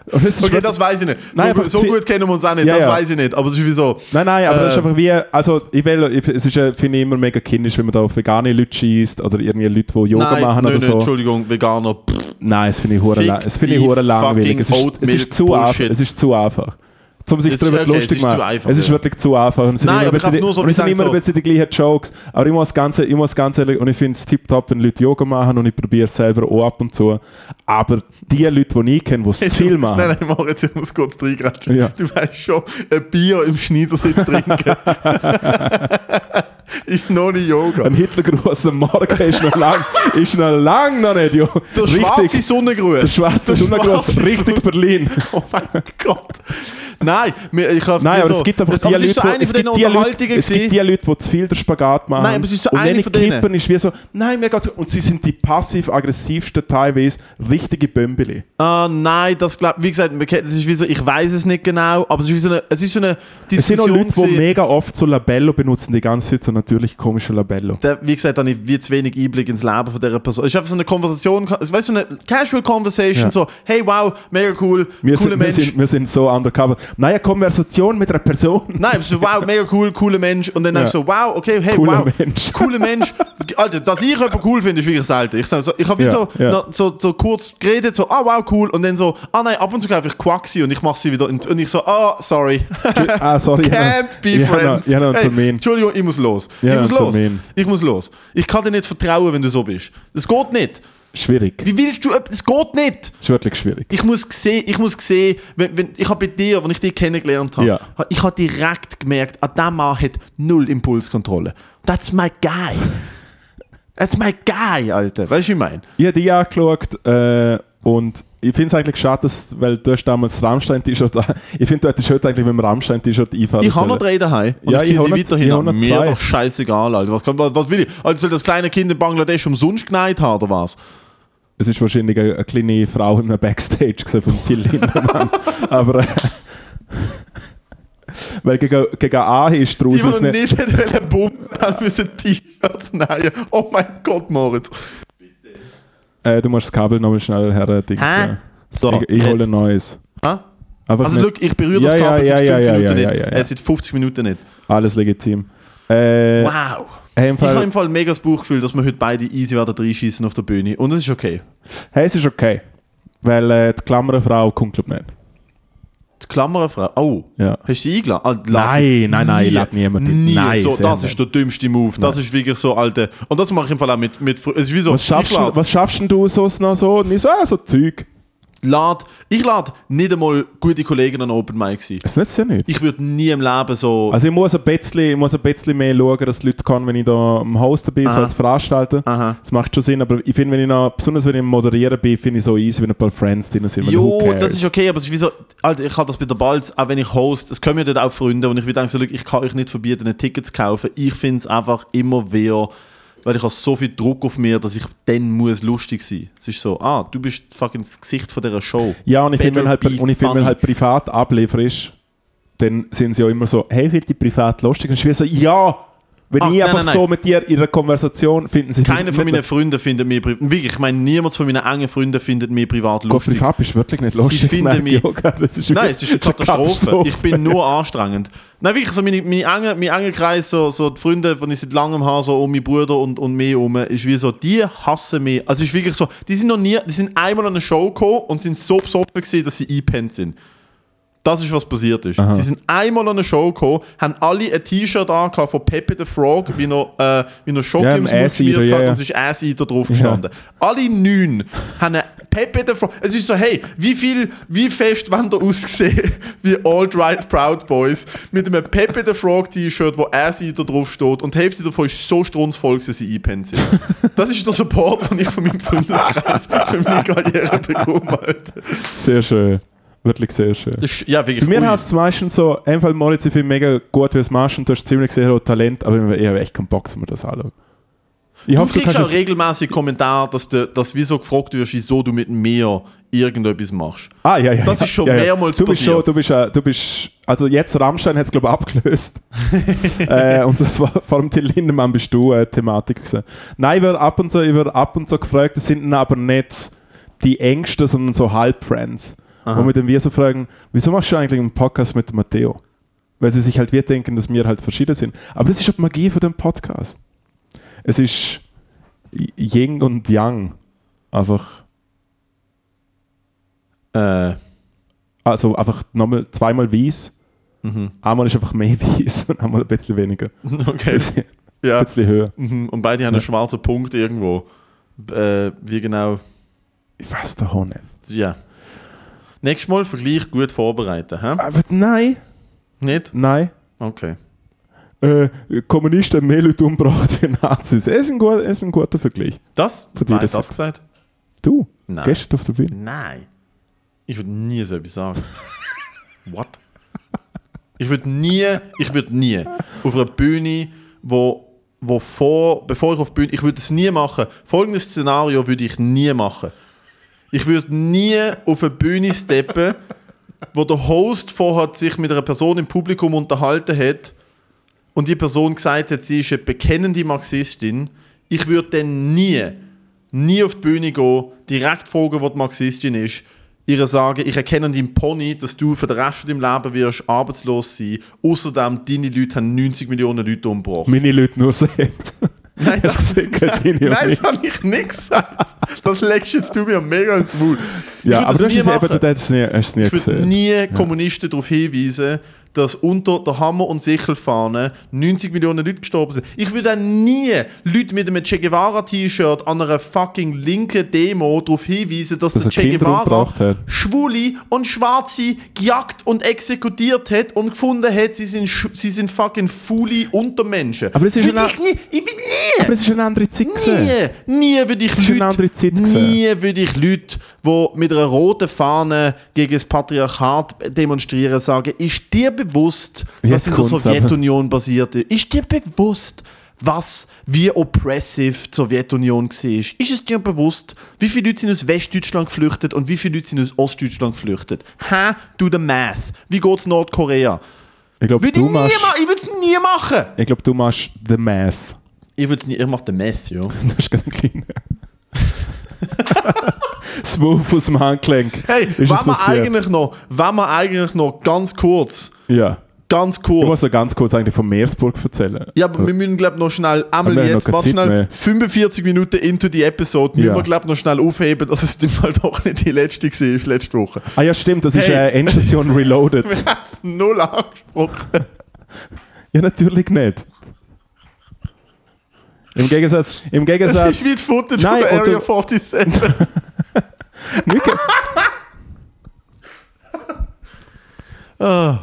A: Und es ist
B: Okay,
A: wirklich-
B: das weiß ich nicht. So,
A: Nein,
B: gu-
A: aber
B: so
A: sie-
B: gut kennen wir uns auch nicht,
A: Ja,
B: das
A: ja.
B: weiß ich nicht. Aber es ist wie so.
A: Nein, nein, aber das ist
B: Äh.
A: einfach wie, also ich will, ich, es ist, ja, finde ich immer mega kindisch, wenn man da auf vegane Leute schießt oder irgendwie Leute, die Yoga
B: Nein,
A: machen
B: nein,
A: oder
B: nein,
A: so.
B: Entschuldigung, Veganer.
A: [LAUGHS]
B: Pff,
A: Nein, das finde ich hure
B: Fick
A: lang, das finde ich
B: die
A: hure langweilig. Es
B: fucking
A: ist, es,
B: Oatmeal
A: ist zu einfach,
B: Bullshit.
A: es ist zu einfach. um sich
B: Es ist-
A: darüber
B: okay,
A: lustig
B: es ist
A: zu machen.
B: zu einfach,
A: es ist
B: ja.
A: wirklich zu einfach. Und es sind
B: Nein,
A: immer
B: aber ich
A: ein bisschen
B: hab nur so
A: die- und es sind
B: gesagt,
A: immer ein
B: so-
A: bisschen die gleichen Jokes. Aber ich muss ganz, e-, ich muss ganz ehrlich, und ich finde es tiptop, wenn Leute Yoga machen und ich probiere es selber auch ab und zu. Aber die Leute, die ich kenne, die es
B: [LAUGHS]
A: zu viel machen,
B: Nein, nein, Moritz, ich muss kurz reingratschen.
A: Ja.
B: Du weißt schon, ein Bier im Schneidersitz trinken [LAUGHS] ist noch nicht Yoga.
A: Ein Hitlergruß am Morgen ist noch
B: [LAUGHS]
A: lang, ist noch lang noch nicht, jo.
B: Der schwarze Sonnengruß.
A: der schwarze
B: Der
A: Sonnengruß,
B: schwarze
A: richtig Berlin.
B: Son- Oh mein Gott. Nein, mir- ich habe
A: Nein,
B: mir
A: aber
B: so,
A: es gibt einfach
B: das,
A: die
B: aber es
A: Leute,
B: ist so eine
A: es
B: von den
A: gibt die Leute,
B: Unterhaltungen
A: es gibt
B: gewesen.
A: die Leute, die zu viel den Spagat machen.
B: Nein, aber es ist so
A: und
B: eine
A: wenn ich
B: von denen.
A: kippen, ist wie so, nein, mir geht's, und sie sind die passiv-aggressivsten teilweise, richtige Bömbeli.
B: Ah, nein, das glaube wie gesagt, wir kennen- das ist wie so, ich weiß es nicht genau, aber es ist wie so eine, es ist so eine
A: Es sind auch
B: Diskussion
A: Leute, die
B: gewesen.
A: mega oft so Labello benutzen, die ganze Zeit so natürlich komische Labello.
B: Da, wie gesagt, dann wie zu wenig Einblick ins Leben von dieser Person. Es ist einfach so eine Konversation, es weißt so eine casual Conversation,
A: Ja.
B: so, hey, wow, mega cool,
A: Wir
B: cooler
A: sind, wir,
B: Mensch.
A: sind, wir sind so undercover. Naja, Konversation mit einer
B: [LAUGHS]
A: Person.
B: Nein, so, wow, mega cool, cooler Mensch. Und dann
A: Ja.
B: denkst du so, wow, okay, hey,
A: Cooler
B: wow,
A: Mensch. [LAUGHS]
B: cooler Mensch. Alter, dass ich jemanden cool finde, ist wirklich selten. Ich, sag so, ich habe
A: Ja,
B: so,
A: ja.
B: noch so, so kurz geredet, so, ah, wow, cool. Und dann so, ah nein, ab und zu greife ich Quaxi und ich mache sie wieder. in- Und ich so, ah, sorry,
A: ah, [LAUGHS] sorry. ich hab noch-
B: can't be
A: ich hab noch-
B: friends.
A: Ich habe noch einen
B: Hey,
A: Termin.
B: Entschuldigung, ich muss los.
A: Ja,
B: ich muss
A: einen
B: los.
A: Termin.
B: Ich muss los. Ich kann dir nicht vertrauen, wenn du so bist. Das geht nicht.
A: Schwierig.
B: Wie willst du, das geht nicht.
A: Das ist wirklich schwierig.
B: Ich muss sehen, ich muss sehen, wenn, wenn, ich habe bei dir, als ich dich kennengelernt habe,
A: Ja.
B: ha- ich habe direkt gemerkt, an diesem Mann hat null Impulskontrolle. That's my guy. That's my guy, Alter. Weißt du, wie ich meine?
A: Ich habe die angeschaut äh, und ich finde es eigentlich schade, dass, weil du hast damals Rammstein-T-Shirt an. [LAUGHS] Ich finde, du hättest heute eigentlich mit dem Rammstein-T-Shirt einfahren
B: Ich habe noch
A: sollen.
B: drei daheim und
A: Ja,
B: ich
A: ich
B: ziehe sie
A: habe noch- ich
B: weiterhin
A: habe
B: an.
A: noch
B: Mir
A: zwei.
B: doch scheißegal, Alter. Was, kann, was, was will ich? Also soll das kleine Kind in Bangladesch umsonst geneigt haben, oder was?
A: Es ist wahrscheinlich eine, eine kleine Frau in einem Backstage [LAUGHS] gewesen vom Till
B: [LAUGHS]
A: Lindemann. Aber. Äh, [LAUGHS] weil gegen, gegen A ist ne-
B: Die, die
A: draußen
B: noch nicht hätten Bumpen haben müssen, T-Shirts nähen. Oh mein Gott, Moritz.
A: Äh, du musst das Kabel nochmal schnell her. äh, Dings, ja.
B: So,
A: Ich, ich hole
B: jetzt.
A: ein neues.
B: Ha?
A: Einfach
B: Also,
A: nicht-
B: schau, ich berühre das
A: Ja, ja,
B: Kabel
A: ja,
B: seit 5
A: ja, ja,
B: Minuten
A: ja,
B: nicht.
A: ja, ja.
B: Äh, seit 50 Minuten nicht.
A: Alles legitim. Äh,
B: Wow.
A: hey, im
B: Ich habe
A: Fall,
B: im Fall mega das Bauchgefühl, dass wir heute beide easy werden reinschießen auf der Bühne. Und das ist okay.
A: hey, es ist okay. Weil äh, die Klammerfrau kommt, glaube ich, nicht.
B: Die Klammerfrau. Oh.
A: Ja.
B: Hast du sie eingeladen? Ah, lad
A: Nein,
B: sie-
A: nein, nein,
B: nie,
A: lad niemand ein.
B: nie.
A: Nein,
B: so,
A: sehr
B: das
A: nicht.
B: ist der dümmste Move. Das ist wirklich so, alte. Und das mache ich im Fall auch mit. mit Fr- es ist wie so,
A: Was schaffst,
B: ich
A: du,
B: lade
A: was schaffst denn du sonst noch so? Und ich so, ah, so Zeug.
B: lad, ich lad nicht einmal gute Kollegen an Open Mic sein.
A: Es nützt ja nicht.
B: Ich würde nie im Leben so.
A: Also ich muss, ein bisschen, ich muss ein bisschen mehr schauen, dass die Leute kann, wenn ich da am Hosten bin, so
B: Aha.
A: als Veranstalter.
B: Aha.
A: Das macht schon Sinn, aber ich finde, wenn ich noch, besonders wenn ich am Moderieren bin, finde ich so easy, wenn ein paar Friends drin sind. weil who
B: Jo,
A: cares?
B: das ist okay, aber es ist wie so, Alter, ich habe das bei der Balz, auch wenn ich host, es kommen ja dort auch Freunde und ich würde so, Leute, ich kann euch nicht verbieten, ein Ticket zu kaufen. Ich finde es einfach immer wieder, weil ich habe so viel Druck auf mir, dass ich dann muss lustig sein. Es ist so, ah, du bist fucking das Gesicht von dieser Show.
A: Ja, und ich finde, wenn,
B: Better
A: halt,
B: be
A: und ich finde, wenn
B: funny.
A: halt privat ablieferst, dann sind sie ja immer so, hey, wird die privat lustig? Und ich bin so, ja, wenn
B: Ah,
A: ich
B: nein,
A: einfach
B: nein, nein.
A: so mit dir in einer Konversation finden sie
B: Keiner von meinen
A: nicht
B: Freunden findet mir privat, wirklich, ich meine, niemand von meinen engen Freunden findet mir privat
A: Gott,
B: lustig.
A: privat bist du wirklich nicht lustig.
B: finden
A: Nein,
B: mich-
A: Yoga, das ist
B: Nein,
A: wirklich- [LAUGHS]
B: es ist eine
A: das
B: Katastrophe. Ich bin nur anstrengend. Nein, wirklich, so meine, meine engen, mein engen Kreis, so, so die Freunde, die ich seit langem habe, so um meinen Bruder und, und mich herum, ist wie so, die hassen mich. Also es ist wirklich so, die sind noch nie, die sind einmal an eine Show gekommen und sind so besoffen gewesen, dass sie eingepennt sind. Das ist, was passiert ist. Sie sind einmal an eine Show gekommen, haben alle ein T-Shirt angehabt von Pepe the Frog, wie noch, äh, wie noch Schoki
A: Ja,
B: ums
A: ein
B: Mund geschmiert
A: Ass-Eater,
B: hat
A: ja, ja.
B: und es ist Ass-Eater drauf gestanden. Alle neun haben ein Pepe the Frog. Es ist so, hey, wie viel, wie fest wollen ihr aussehen [LAUGHS] wie Alt-Right Proud Boys mit einem Pepe the Frog T-Shirt, wo Ass-Eater drauf steht und die Hälfte davon ist so strunzvoll, gewesen, dass sie eingepennt sind.
A: [LAUGHS]
B: Das ist der Support, den ich von meinem Freundeskreis für meine Karriere bekommen habe.
A: Sehr schön. Wirklich sehr schön.
B: Ja, wirklich.
A: Bei mir
B: ui.
A: hast es meistens so, einfach Moritz, ich finde mega gut, wie du es machst und du hast ziemlich sehr hohes Talent, aber ich habe echt keinen Bock, wenn wir das anschauen. Ich
B: Du
A: hoffe, du
B: kriegst
A: kannst
B: auch
A: es,
B: regelmäßig Kommentare, dass du dass wieso gefragt wirst, wieso du mit mir irgendetwas machst.
A: Ah, ja, ja.
B: Das
A: ja,
B: ist schon
A: ja, ja.
B: mehrmals
A: du bist
B: passiert.
A: Schon, du, bist, äh, du bist, also jetzt Rammstein hat es, glaube ich,
B: [LAUGHS]
A: abgelöst. äh, und [LAUGHS] vor, vor dem Till Lindemann bist du äh, Thematik gewesen. Nein, ich werde ab und zu, ich werde ab und zu gefragt, das sind dann aber nicht die Ängste, sondern so Halbfriends. Wo wir dann wir so fragen, wieso machst du eigentlich einen Podcast mit dem Matteo? Weil sie sich halt wir denken, dass wir halt verschieden sind. Aber das ist auch die Magie von dem Podcast. Es ist Yin und Yang. Einfach,
B: Äh,
A: Äh. also einfach nochmal zweimal weiß
B: Mhm.
A: Einmal ist einfach mehr [LAUGHS] weiß und einmal ein bisschen weniger.
B: [LAUGHS] Okay.
A: Ein
B: [LAUGHS] Ja.
A: bisschen höher.
B: Mhm. Und beide haben einen schwarzen Punkt irgendwo. Äh, wie genau?
A: Ich weiß doch auch nicht.
B: Ja. Nächstes Mal Vergleich gut vorbereiten, hä?
A: Aber nein,
B: Nicht?
A: nein.
B: Okay.
A: Äh, Kommunisten haben mehr Leute umgebracht wie Nazis. Das ist ein guter, ist ein guter Vergleich.
B: Das?
A: Von dir
B: Nein,
A: das-
B: das gesagt?
A: Du,
B: Nein.
A: gestern auf der Bühne.
B: Nein. Ich würde nie so etwas sagen. [LAUGHS] What? Ich würde nie, ich würde nie auf einer Bühne, wo, wo vor, bevor ich auf die Bühne, ich würde es nie machen. Folgendes Szenario würde ich nie machen. Ich würde nie auf eine Bühne steppen, wo der Host vorhat, sich mit einer Person im Publikum unterhalten hat und die Person gesagt hat, sie ist eine bekennende Marxistin. Ich würde dann nie nie auf die Bühne gehen, direkt fragen, was die Marxistin ist, ihr sagen, ich erkenne an deinem Pony, dass du für den Rest von deinem Leben wirst arbeitslos sein. Außerdem, deine Leute haben 90 Millionen Leute umgebracht.
A: Meine Leute nur sechs. [LAUGHS]
B: Nein,
A: Ich sehe
B: [LAUGHS]
A: keine Linie
B: Nein,
A: nicht.
B: das habe ich nicht gesagt. Das legst jetzt du mir mega ins Maul. Ich
A: Ja,
B: würd
A: aber
B: das
A: du hast
B: nie
A: es eben,
B: machen.
A: du hast es nie, hast es nie
B: Ich würde
A: gesehen.
B: nie Kommunisten darauf hinweisen, dass unter der Hammer- und Sichelfahne 90 Millionen Leute gestorben sind. Ich würde auch nie Leute mit einem Che Guevara-T-Shirt an einer fucking linken Demo darauf hinweisen, dass,
A: Dass
B: der
A: er
B: Che
A: Kinder
B: Guevara
A: umgebracht hat.
B: Schwule und Schwarze gejagt und exekutiert hat und gefunden hat, sie sind, sch- sie sind fucking faule Untermenschen.
A: Aber es ist
B: Würde
A: ja
B: ich, nie, ich bin nie...
A: Aber es ist eine andere Zeit. gewesen.
B: Nie, nie würde ich
A: ist
B: Leute,
A: eine andere Zeit gewesen.
B: nie würde ich Leute, die mit einer roten Fahne gegen das Patriarchat demonstrieren, sagen, ist dir bewusst, was
A: Jetzt
B: in der
A: kommt's aber.
B: Sowjetunion passiert ist? Ist dir bewusst, was, wie oppressive die Sowjetunion war? Ist es dir bewusst, wie viele Leute sind aus Westdeutschland geflüchtet und wie viele Leute sind aus Ostdeutschland geflüchtet? Hä? Do the math. Wie geht's Nordkorea?
A: Ich glaube,
B: Würde ich
A: du
B: nie machen.
A: machst,
B: Ich würde es nie machen.
A: ich glaub, du machst the math.
B: Ich würde es nie, ich mache den Math, ja.
A: Du hast gerade einen kleinen... Smooth aus dem Handgelenk.
B: Hey,
A: Ist
B: wenn
A: es
B: wir
A: passiert?
B: eigentlich noch, wenn wir eigentlich noch ganz kurz,
A: Ja.
B: ganz
A: Ich
B: kurz.
A: muss noch ganz kurz eigentlich von Meersburg erzählen.
B: Ja, aber wir müssen glaube noch schnell, einmal
A: wir haben noch
B: jetzt,
A: keine
B: warte
A: Zeit
B: schnell,
A: mehr.
B: 45 Minuten into die Episode, müssen
A: Ja.
B: wir glaube noch schnell aufheben, dass es dann mal doch nicht die letzte war,
A: [LAUGHS]
B: letzte Woche.
A: Ah ja, stimmt, das ist
B: Hey.
A: äh, Endstation Reloaded.
B: [LAUGHS] Wir haben es null angesprochen.
A: ja, natürlich nicht. Im Gegensatz, im
B: Das
A: Gegensatz,
B: ist wie die Footage
A: Nein,
B: von
A: und
B: Area
A: du-
B: 47.
A: [LAUGHS]
B: [LAUGHS]
A: nicht ge-
B: Ah.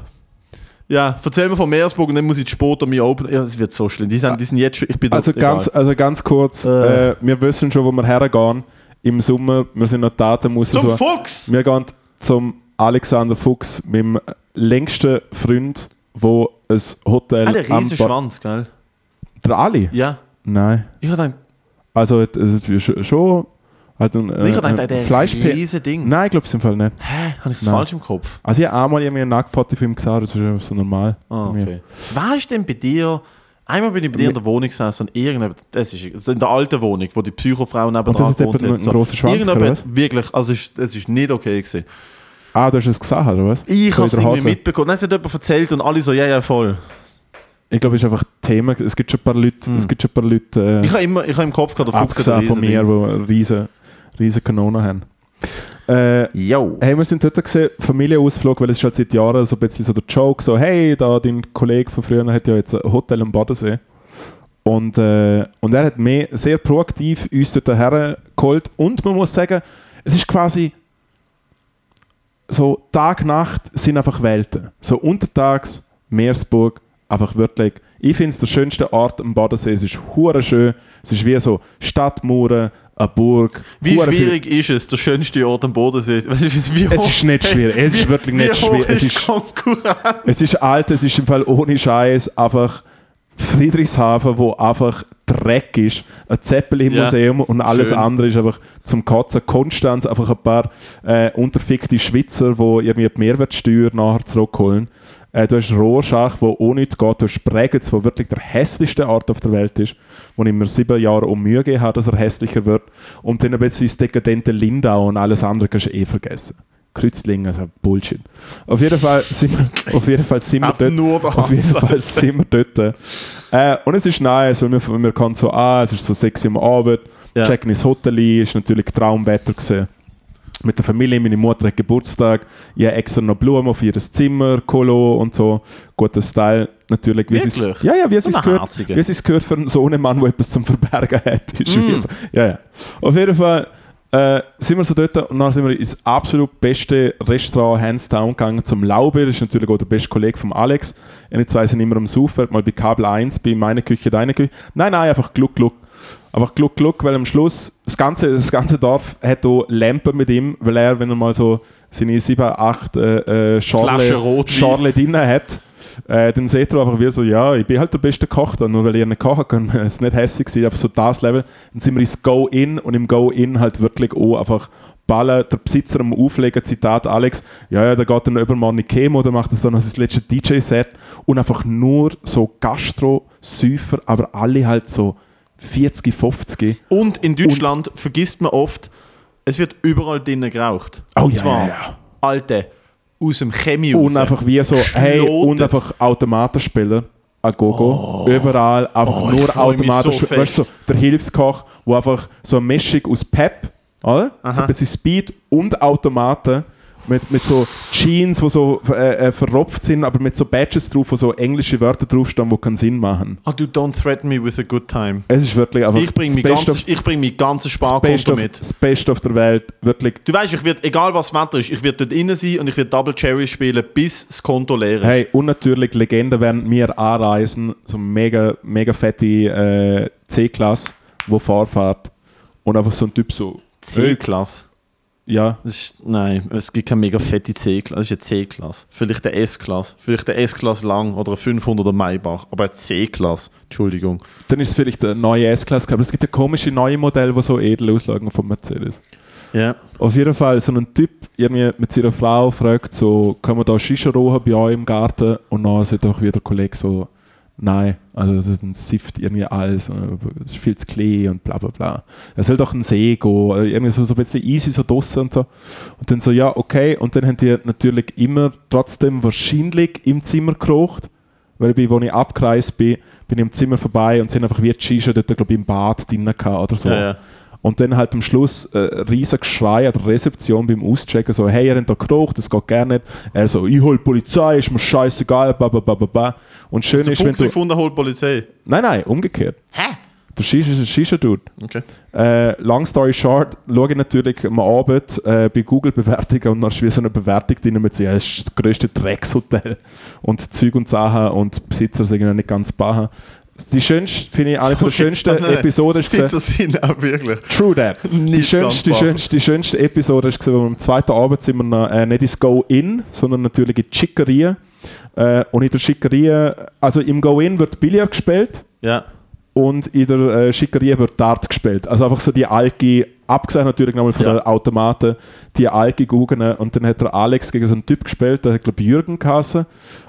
B: Ja, erzähl mir von Meersburg und dann muss ich später mir open. Ja, es wird so schlimm. Die sind, die sind jetzt schon, ich
A: [LAUGHS]
B: bin
A: also
B: dort- egal.
A: ganz, also ganz kurz,
B: Äh.
A: äh. wir wissen schon, wo wir hergehen. Im Sommer, wir sind noch die Daten raus.
B: Zum
A: so.
B: Fuchs!
A: Wir gehen zum Alexander Fuchs, meinem längsten Freund, wo ein Hotel
B: Ah, der
A: am
B: riesen
A: Ba-
B: Schwanz, gell?
A: Der Ali?
B: Ja.
A: Nein.
B: Ich habe gedacht,
A: Also, äh, äh, sch- schon... Hat ein,
B: ich hab
A: äh,
B: gedacht, der
A: Fleischpe-
B: riesen Ding.
A: Nein, ich glaube es im Fall nicht.
B: Hä? Habe ich es
A: Nein.
B: falsch im Kopf?
A: Also ich habe einmal irgendwie einen Nacktfoto von ihm gesehen, das ist ja so normal.
B: Ah,
A: Bei mir.
B: okay. Wer ist denn bei dir? Einmal bin ich bei dir in der Wohnung gesessen und irgendjemand, das ist also in der alten Wohnung, wo die Psychofrau nebenan
A: hat jemand einen grossen Schwanz
B: irgendjemand,
A: gehabt,
B: wirklich, also es ist, es ist nicht okay gewesen.
A: Ah, du hast es gesehen, oder was?
B: Ich
A: So
B: habe
A: in
B: es
A: der
B: irgendwie
A: Hose.
B: mitbekommen. Nein, es hat jemand erzählt und alle so, ja, ja, voll.
A: Ich glaube, es ist einfach Thema. Es gibt schon ein paar Leute, es gibt schon ein paar Leute
B: Hm. Ich
A: äh,
B: habe immer, ich habe im Kopf gehabt, der Fuchs
A: abgesehen von mir, die riesen, riesen Kanonen haben. Äh,
B: Jo.
A: hey, wir sind dort gesehen, Familienausflug, weil es ist halt seit Jahren so ein bisschen so der Joke, so hey, da dein Kollege von früher hat ja jetzt ein Hotel am Badensee. Und, äh, und er hat mehr, sehr proaktiv uns dort hergeholt. Und man muss sagen, es ist quasi so Tag, Nacht sind einfach Welten. So untertags, Meersburg, einfach wirklich. Ich finde es der schönste Ort am Badensee. Es ist hure schön. Es ist wie so Stadtmauern, eine Burg.
B: Wie
A: hure viel-
B: schwierig ist es, der schönste Ort am Bodensee? [LAUGHS] Weißt du, wie
A: Es
B: hoch-
A: ist nicht schwierig. Es ist wirklich
B: [LAUGHS] wie
A: nicht
B: hoch
A: schwierig. Es
B: ist die
A: ist,
B: Konkurrenz?
A: es ist alt, es ist im Fall ohne Scheiß einfach Friedrichshafen, wo einfach Dreck ist. Ein Zeppelin-Museum und alles
B: Schön.
A: andere ist einfach zum Kotzen. Konstanz, einfach ein paar äh, unterfickte Schweizer, die irgendwie die Mehrwertsteuer nachher zurückholen. Äh, du hast Rorschach, wo ohne nichts geht. Du hast Bregenz, wo wirklich der hässlichste Ort auf der Welt ist, wo ich mir sieben Jahre um Mühe gegeben habe, dass er hässlicher wird. Und dann aber jetzt das dekadente Lindau und alles andere kannst du eh vergessen. Kreuzlingen, also Bullshit. Auf jeden Fall sind wir, auf jeden Fall sind wir
B: Auf
A: dort.
B: nur der
A: auf jeden
B: Hass.
A: Fall sind wir dort. Äh, und es ist nice, weil wir, wir kommen so an, es ist so sexy am Abend,
B: Ja.
A: checken ins Hotel ein, ist natürlich Traumwetter gesehen. fest mit der Familie. Meine Mutter hat Geburtstag. Ich habe extra noch Blumen auf ihr Zimmer, Kolo und so. Guter Style natürlich. Wie sie's-
B: Wirklich?
A: Ja, ja, wie es
B: ein
A: ist gehört,
B: Herziger.
A: wie es ist gehört für einen Sohnemann, der etwas zum Verbergen hat. [LAUGHS] Ist
B: Mm.
A: wie so. ja, ja. Auf jeden Fall äh, sind wir so dort und dann sind wir ins absolut beste Restaurant Hands Down gegangen zum Lauber. Das ist natürlich auch der beste Kollege von Alex. Und jetzt weiß ich nicht mehr am Saufen, mal bei Kabel 1, bei meiner Küche, deiner Küche. Nein, nein, einfach Gluck, Gluck. Einfach Gluck, Gluck, weil am Schluss das ganze, das ganze Dorf hat auch Lampen mit ihm, weil er, wenn er mal so seine 7, 8 äh, äh,
B: Flasche
A: Schorle,
B: Rotwein.
A: Schorle drin hat, äh, dann seht ihr einfach wie so, ja, ich bin halt der beste Koch da, nur weil ihr nicht kochen könnt, [LAUGHS] es ist nicht hässlich gewesen, einfach so das Level. Dann sind wir ins Go-In und im Go-In halt wirklich auch einfach ballen, der Besitzer am Auflegen, Zitat Alex, ja, ja, der geht dann übermorgen in die Chemo, der macht das dann als das letzte DJ-Set und einfach nur so Gastro-Säufer, aber alle halt so 40, 50.
B: Und in Deutschland vergisst man oft, es wird überall drinnen geraucht.
A: Oh,
B: und
A: ja,
B: zwar,
A: ja, ja.
B: Alte, aus dem Chemie
A: Und
B: raus.
A: einfach wie so, hey,
B: Geschlotet.
A: und einfach Automatenspieler. A Gogo, überall, einfach
B: Oh, ich
A: nur
B: freu mich
A: automatisch.
B: so fest.
A: weißt du, so der Hilfskoch, wo einfach so eine Mischung aus Pep, oder? So ein bisschen Speed und Automaten mit, mit so Jeans, die so äh, äh, verropft sind, aber mit so Badges drauf, wo so englische Wörter draufstehen, die keinen Sinn machen.
B: Ah, du don't threaten me with a good time.
A: Es ist wirklich einfach
B: Ich bringe
A: das
B: mein
A: Beste
B: ganzes, ich bring mein ganzes
A: auf, das Beste
B: Sparkonto
A: auf,
B: mit.
A: das Beste auf der Welt. Wirklich
B: Du weißt, ich werde, egal was das Wetter ist, ich werde dort innen sein und ich werde Double Cherry spielen, bis das Konto leer ist.
A: Hey, und natürlich Legenden werden wir anreisen, so mega, mega fette äh, C-Klasse, wo vorfahrt. Und einfach so ein Typ so,
B: C-Klasse.
A: ja,
B: Das ist- Nein, es gibt keine mega fette C-Klasse. Das ist eine C-Klasse. Vielleicht eine S-Klasse. Vielleicht eine S-Klasse lang oder eine 500er Maybach. Aber eine C-Klasse. Entschuldigung.
A: dann ist es vielleicht eine neue S-Klasse, aber es gibt ja komische neue Modelle, die so edel auslagen von Mercedes.
B: Ja.
A: Auf jeden Fall, so ein Typ irgendwie mit seiner Frau fragt so, können wir da Shisha rauchen bei euch im Garten? Und dann sagt auch wieder der Kollege so, nein, also das sift irgendwie alles, und es ist viel zu klein und bla bla bla. Er soll doch einen See gehen, oder irgendwie so, so ein bisschen easy so draussen und so. Und dann so, ja, okay. Und dann haben die natürlich immer trotzdem wahrscheinlich im Zimmer gekocht, weil ich bin, wo ich abgereist bin, bin ich im Zimmer vorbei und sind einfach wie die Shisha dort, glaube ich, im Bad drinnen gehabt oder so.
B: Ja, ja.
A: Und dann halt am Schluss äh, riesen Geschrei an der Rezeption beim Auschecken, so, hey, ihr habt da gekocht, das geht gar nicht. Er so, ich hol die Polizei, ist mir scheißegal, ba, ba, ba, ba, ba. Und schön
B: Hast du
A: ist, wenn
B: Fuchs
A: du...
B: gefunden, holt die Polizei.
A: Nein, nein, umgekehrt.
B: Hä?
A: Der Shisha ist ein Shisha-Dude.
B: Okay.
A: Äh, long story short, schaue ich natürlich am Abend äh, bei Google Bewertungen und dann ist wie so eine Bewertung drin mit so, ja, das ist das grösste Dreckshotel und Zeug und Sachen und Besitzer sind noch nicht ganz baha. Die schönste, finde ich, eine von der schönsten
B: Also,
A: Episoden ist gewesen-
B: Sitzer sind auch wirklich.
A: True that. Die
B: Nicht
A: schönste, die,
B: ganz wahr.
A: schönste, die schönste Episode war, wo wir am zweiten Abend sind wir noch, äh, nicht ins Go-In, sondern natürlich in die Schickerie. Äh, und in der Schickerie, also im Go-In wird Billard gespielt
B: Ja.
A: und in der äh, Schickerie wird Dart gespielt. Also einfach so die Alki, abgesehen natürlich nochmal von
B: Ja.
A: den Automaten, die Alki gucken und dann hat der Alex gegen so einen Typ gespielt, der hat glaube ich Jürgen Kasse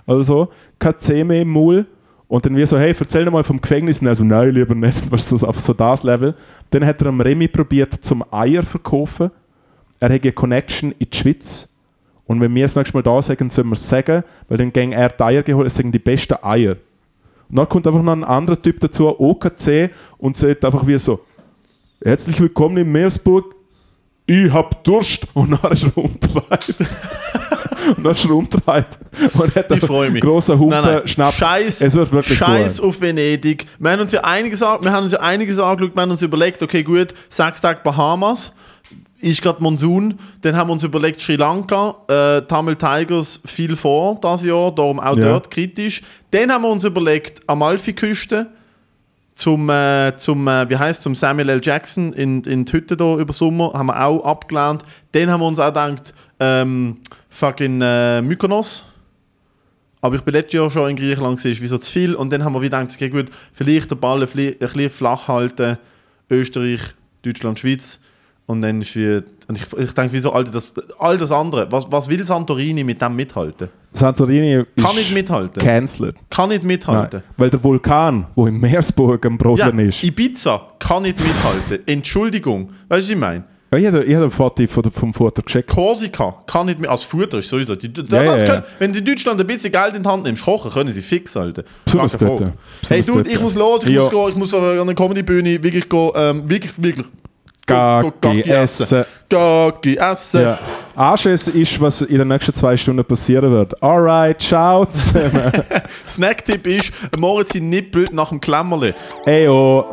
A: oder so, Kazeme im Maul und dann wir so, hey, erzähl doch mal vom Gefängnis. Und er so, nein, lieber nicht. [LAUGHS] Das war so, auf so das Level. Dann hat er am Remi probiert, zum Eier verkaufen. Er hat eine Connection in die Schweiz. Und wenn wir das nächste Mal da sagen, sollen wir es sagen, weil dann ging er die Eier geholt, es sind die besten Eier. Und dann kommt einfach noch ein anderer Typ dazu, OKC, und sagt einfach wie so: Herzlich willkommen in Meersburg, ich hab Durst. Und dann ist er umdreht. [LAUGHS] und dann ist er umdreht. Und hat
B: Ich freu mich.
A: Großer Humpen, Schnaps.
B: Scheiß,
A: es wird wirklich
B: Scheiß
A: gut.
B: auf Venedig. Wir haben uns ja einiges, an- wir haben uns ja einiges angeschaut, wir haben uns überlegt, okay, gut, sechs Tage Bahamas. Ist gerade Monsun, dann haben wir uns überlegt, Sri Lanka, äh, Tamil Tigers viel vor das Jahr, darum auch
A: Ja.
B: dort kritisch. Dann haben wir uns überlegt, Amalfi-Küste zum, äh, zum äh, wie heißt zum Samuel L. Jackson in, in die Hütte da über Sommer, haben wir auch abgelehnt. Dann haben wir uns auch gedacht, ähm, fucking äh, Mykonos. Aber ich bin letztes Jahr schon in Griechenland, gewesen, ist wieso zu viel. Und dann haben wir wieder gedacht, okay, gut, vielleicht den Ball ein fli- ein bisschen flach halten. Österreich, Deutschland, Schweiz. Und dann ist wie. Und ich, ich denke, wieso all das, all das andere? Was, was will Santorini mit dem mithalten?
A: Santorini
B: Kann
A: ist
B: nicht mithalten.
A: cancelled.
B: Kann nicht mithalten.
A: Nein, weil der Vulkan, wo in Meersburg am Brodeln
B: Ja,
A: ist.
B: Ibiza kann nicht mithalten. Entschuldigung. Weißt du, was ich meine?
A: Ja, ich habe ich habe ein Foto von der- vom Futter geschickt.
B: Korsika kann nicht mehr. Als Futter ist sowieso. Die,
A: Ja,
B: das
A: ja,
B: können,
A: ja.
B: wenn du in Deutschland ein bisschen Geld in die Hand nimmst, kochen können sie fix, Alter.
A: Besonders
B: Gar keine
A: dort.
B: Frage. Hey,
A: Besonders
B: Dude,
A: dort.
B: ich muss los, ich
A: Ja.
B: muss gehen, ich muss äh, an eine Comedy-Bühne wirklich gehen. Ähm, wirklich, wirklich.
A: Gagi essen.
B: Gagi essen.
A: Ja. Anschluss ist, was in den nächsten zwei Stunden passieren wird. Alright, ciao [LAUGHS] zusammen.
B: Snacktipp ist, Moritz sein Nippel nach dem Klemmerle.
A: Eyo.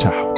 A: Ciao.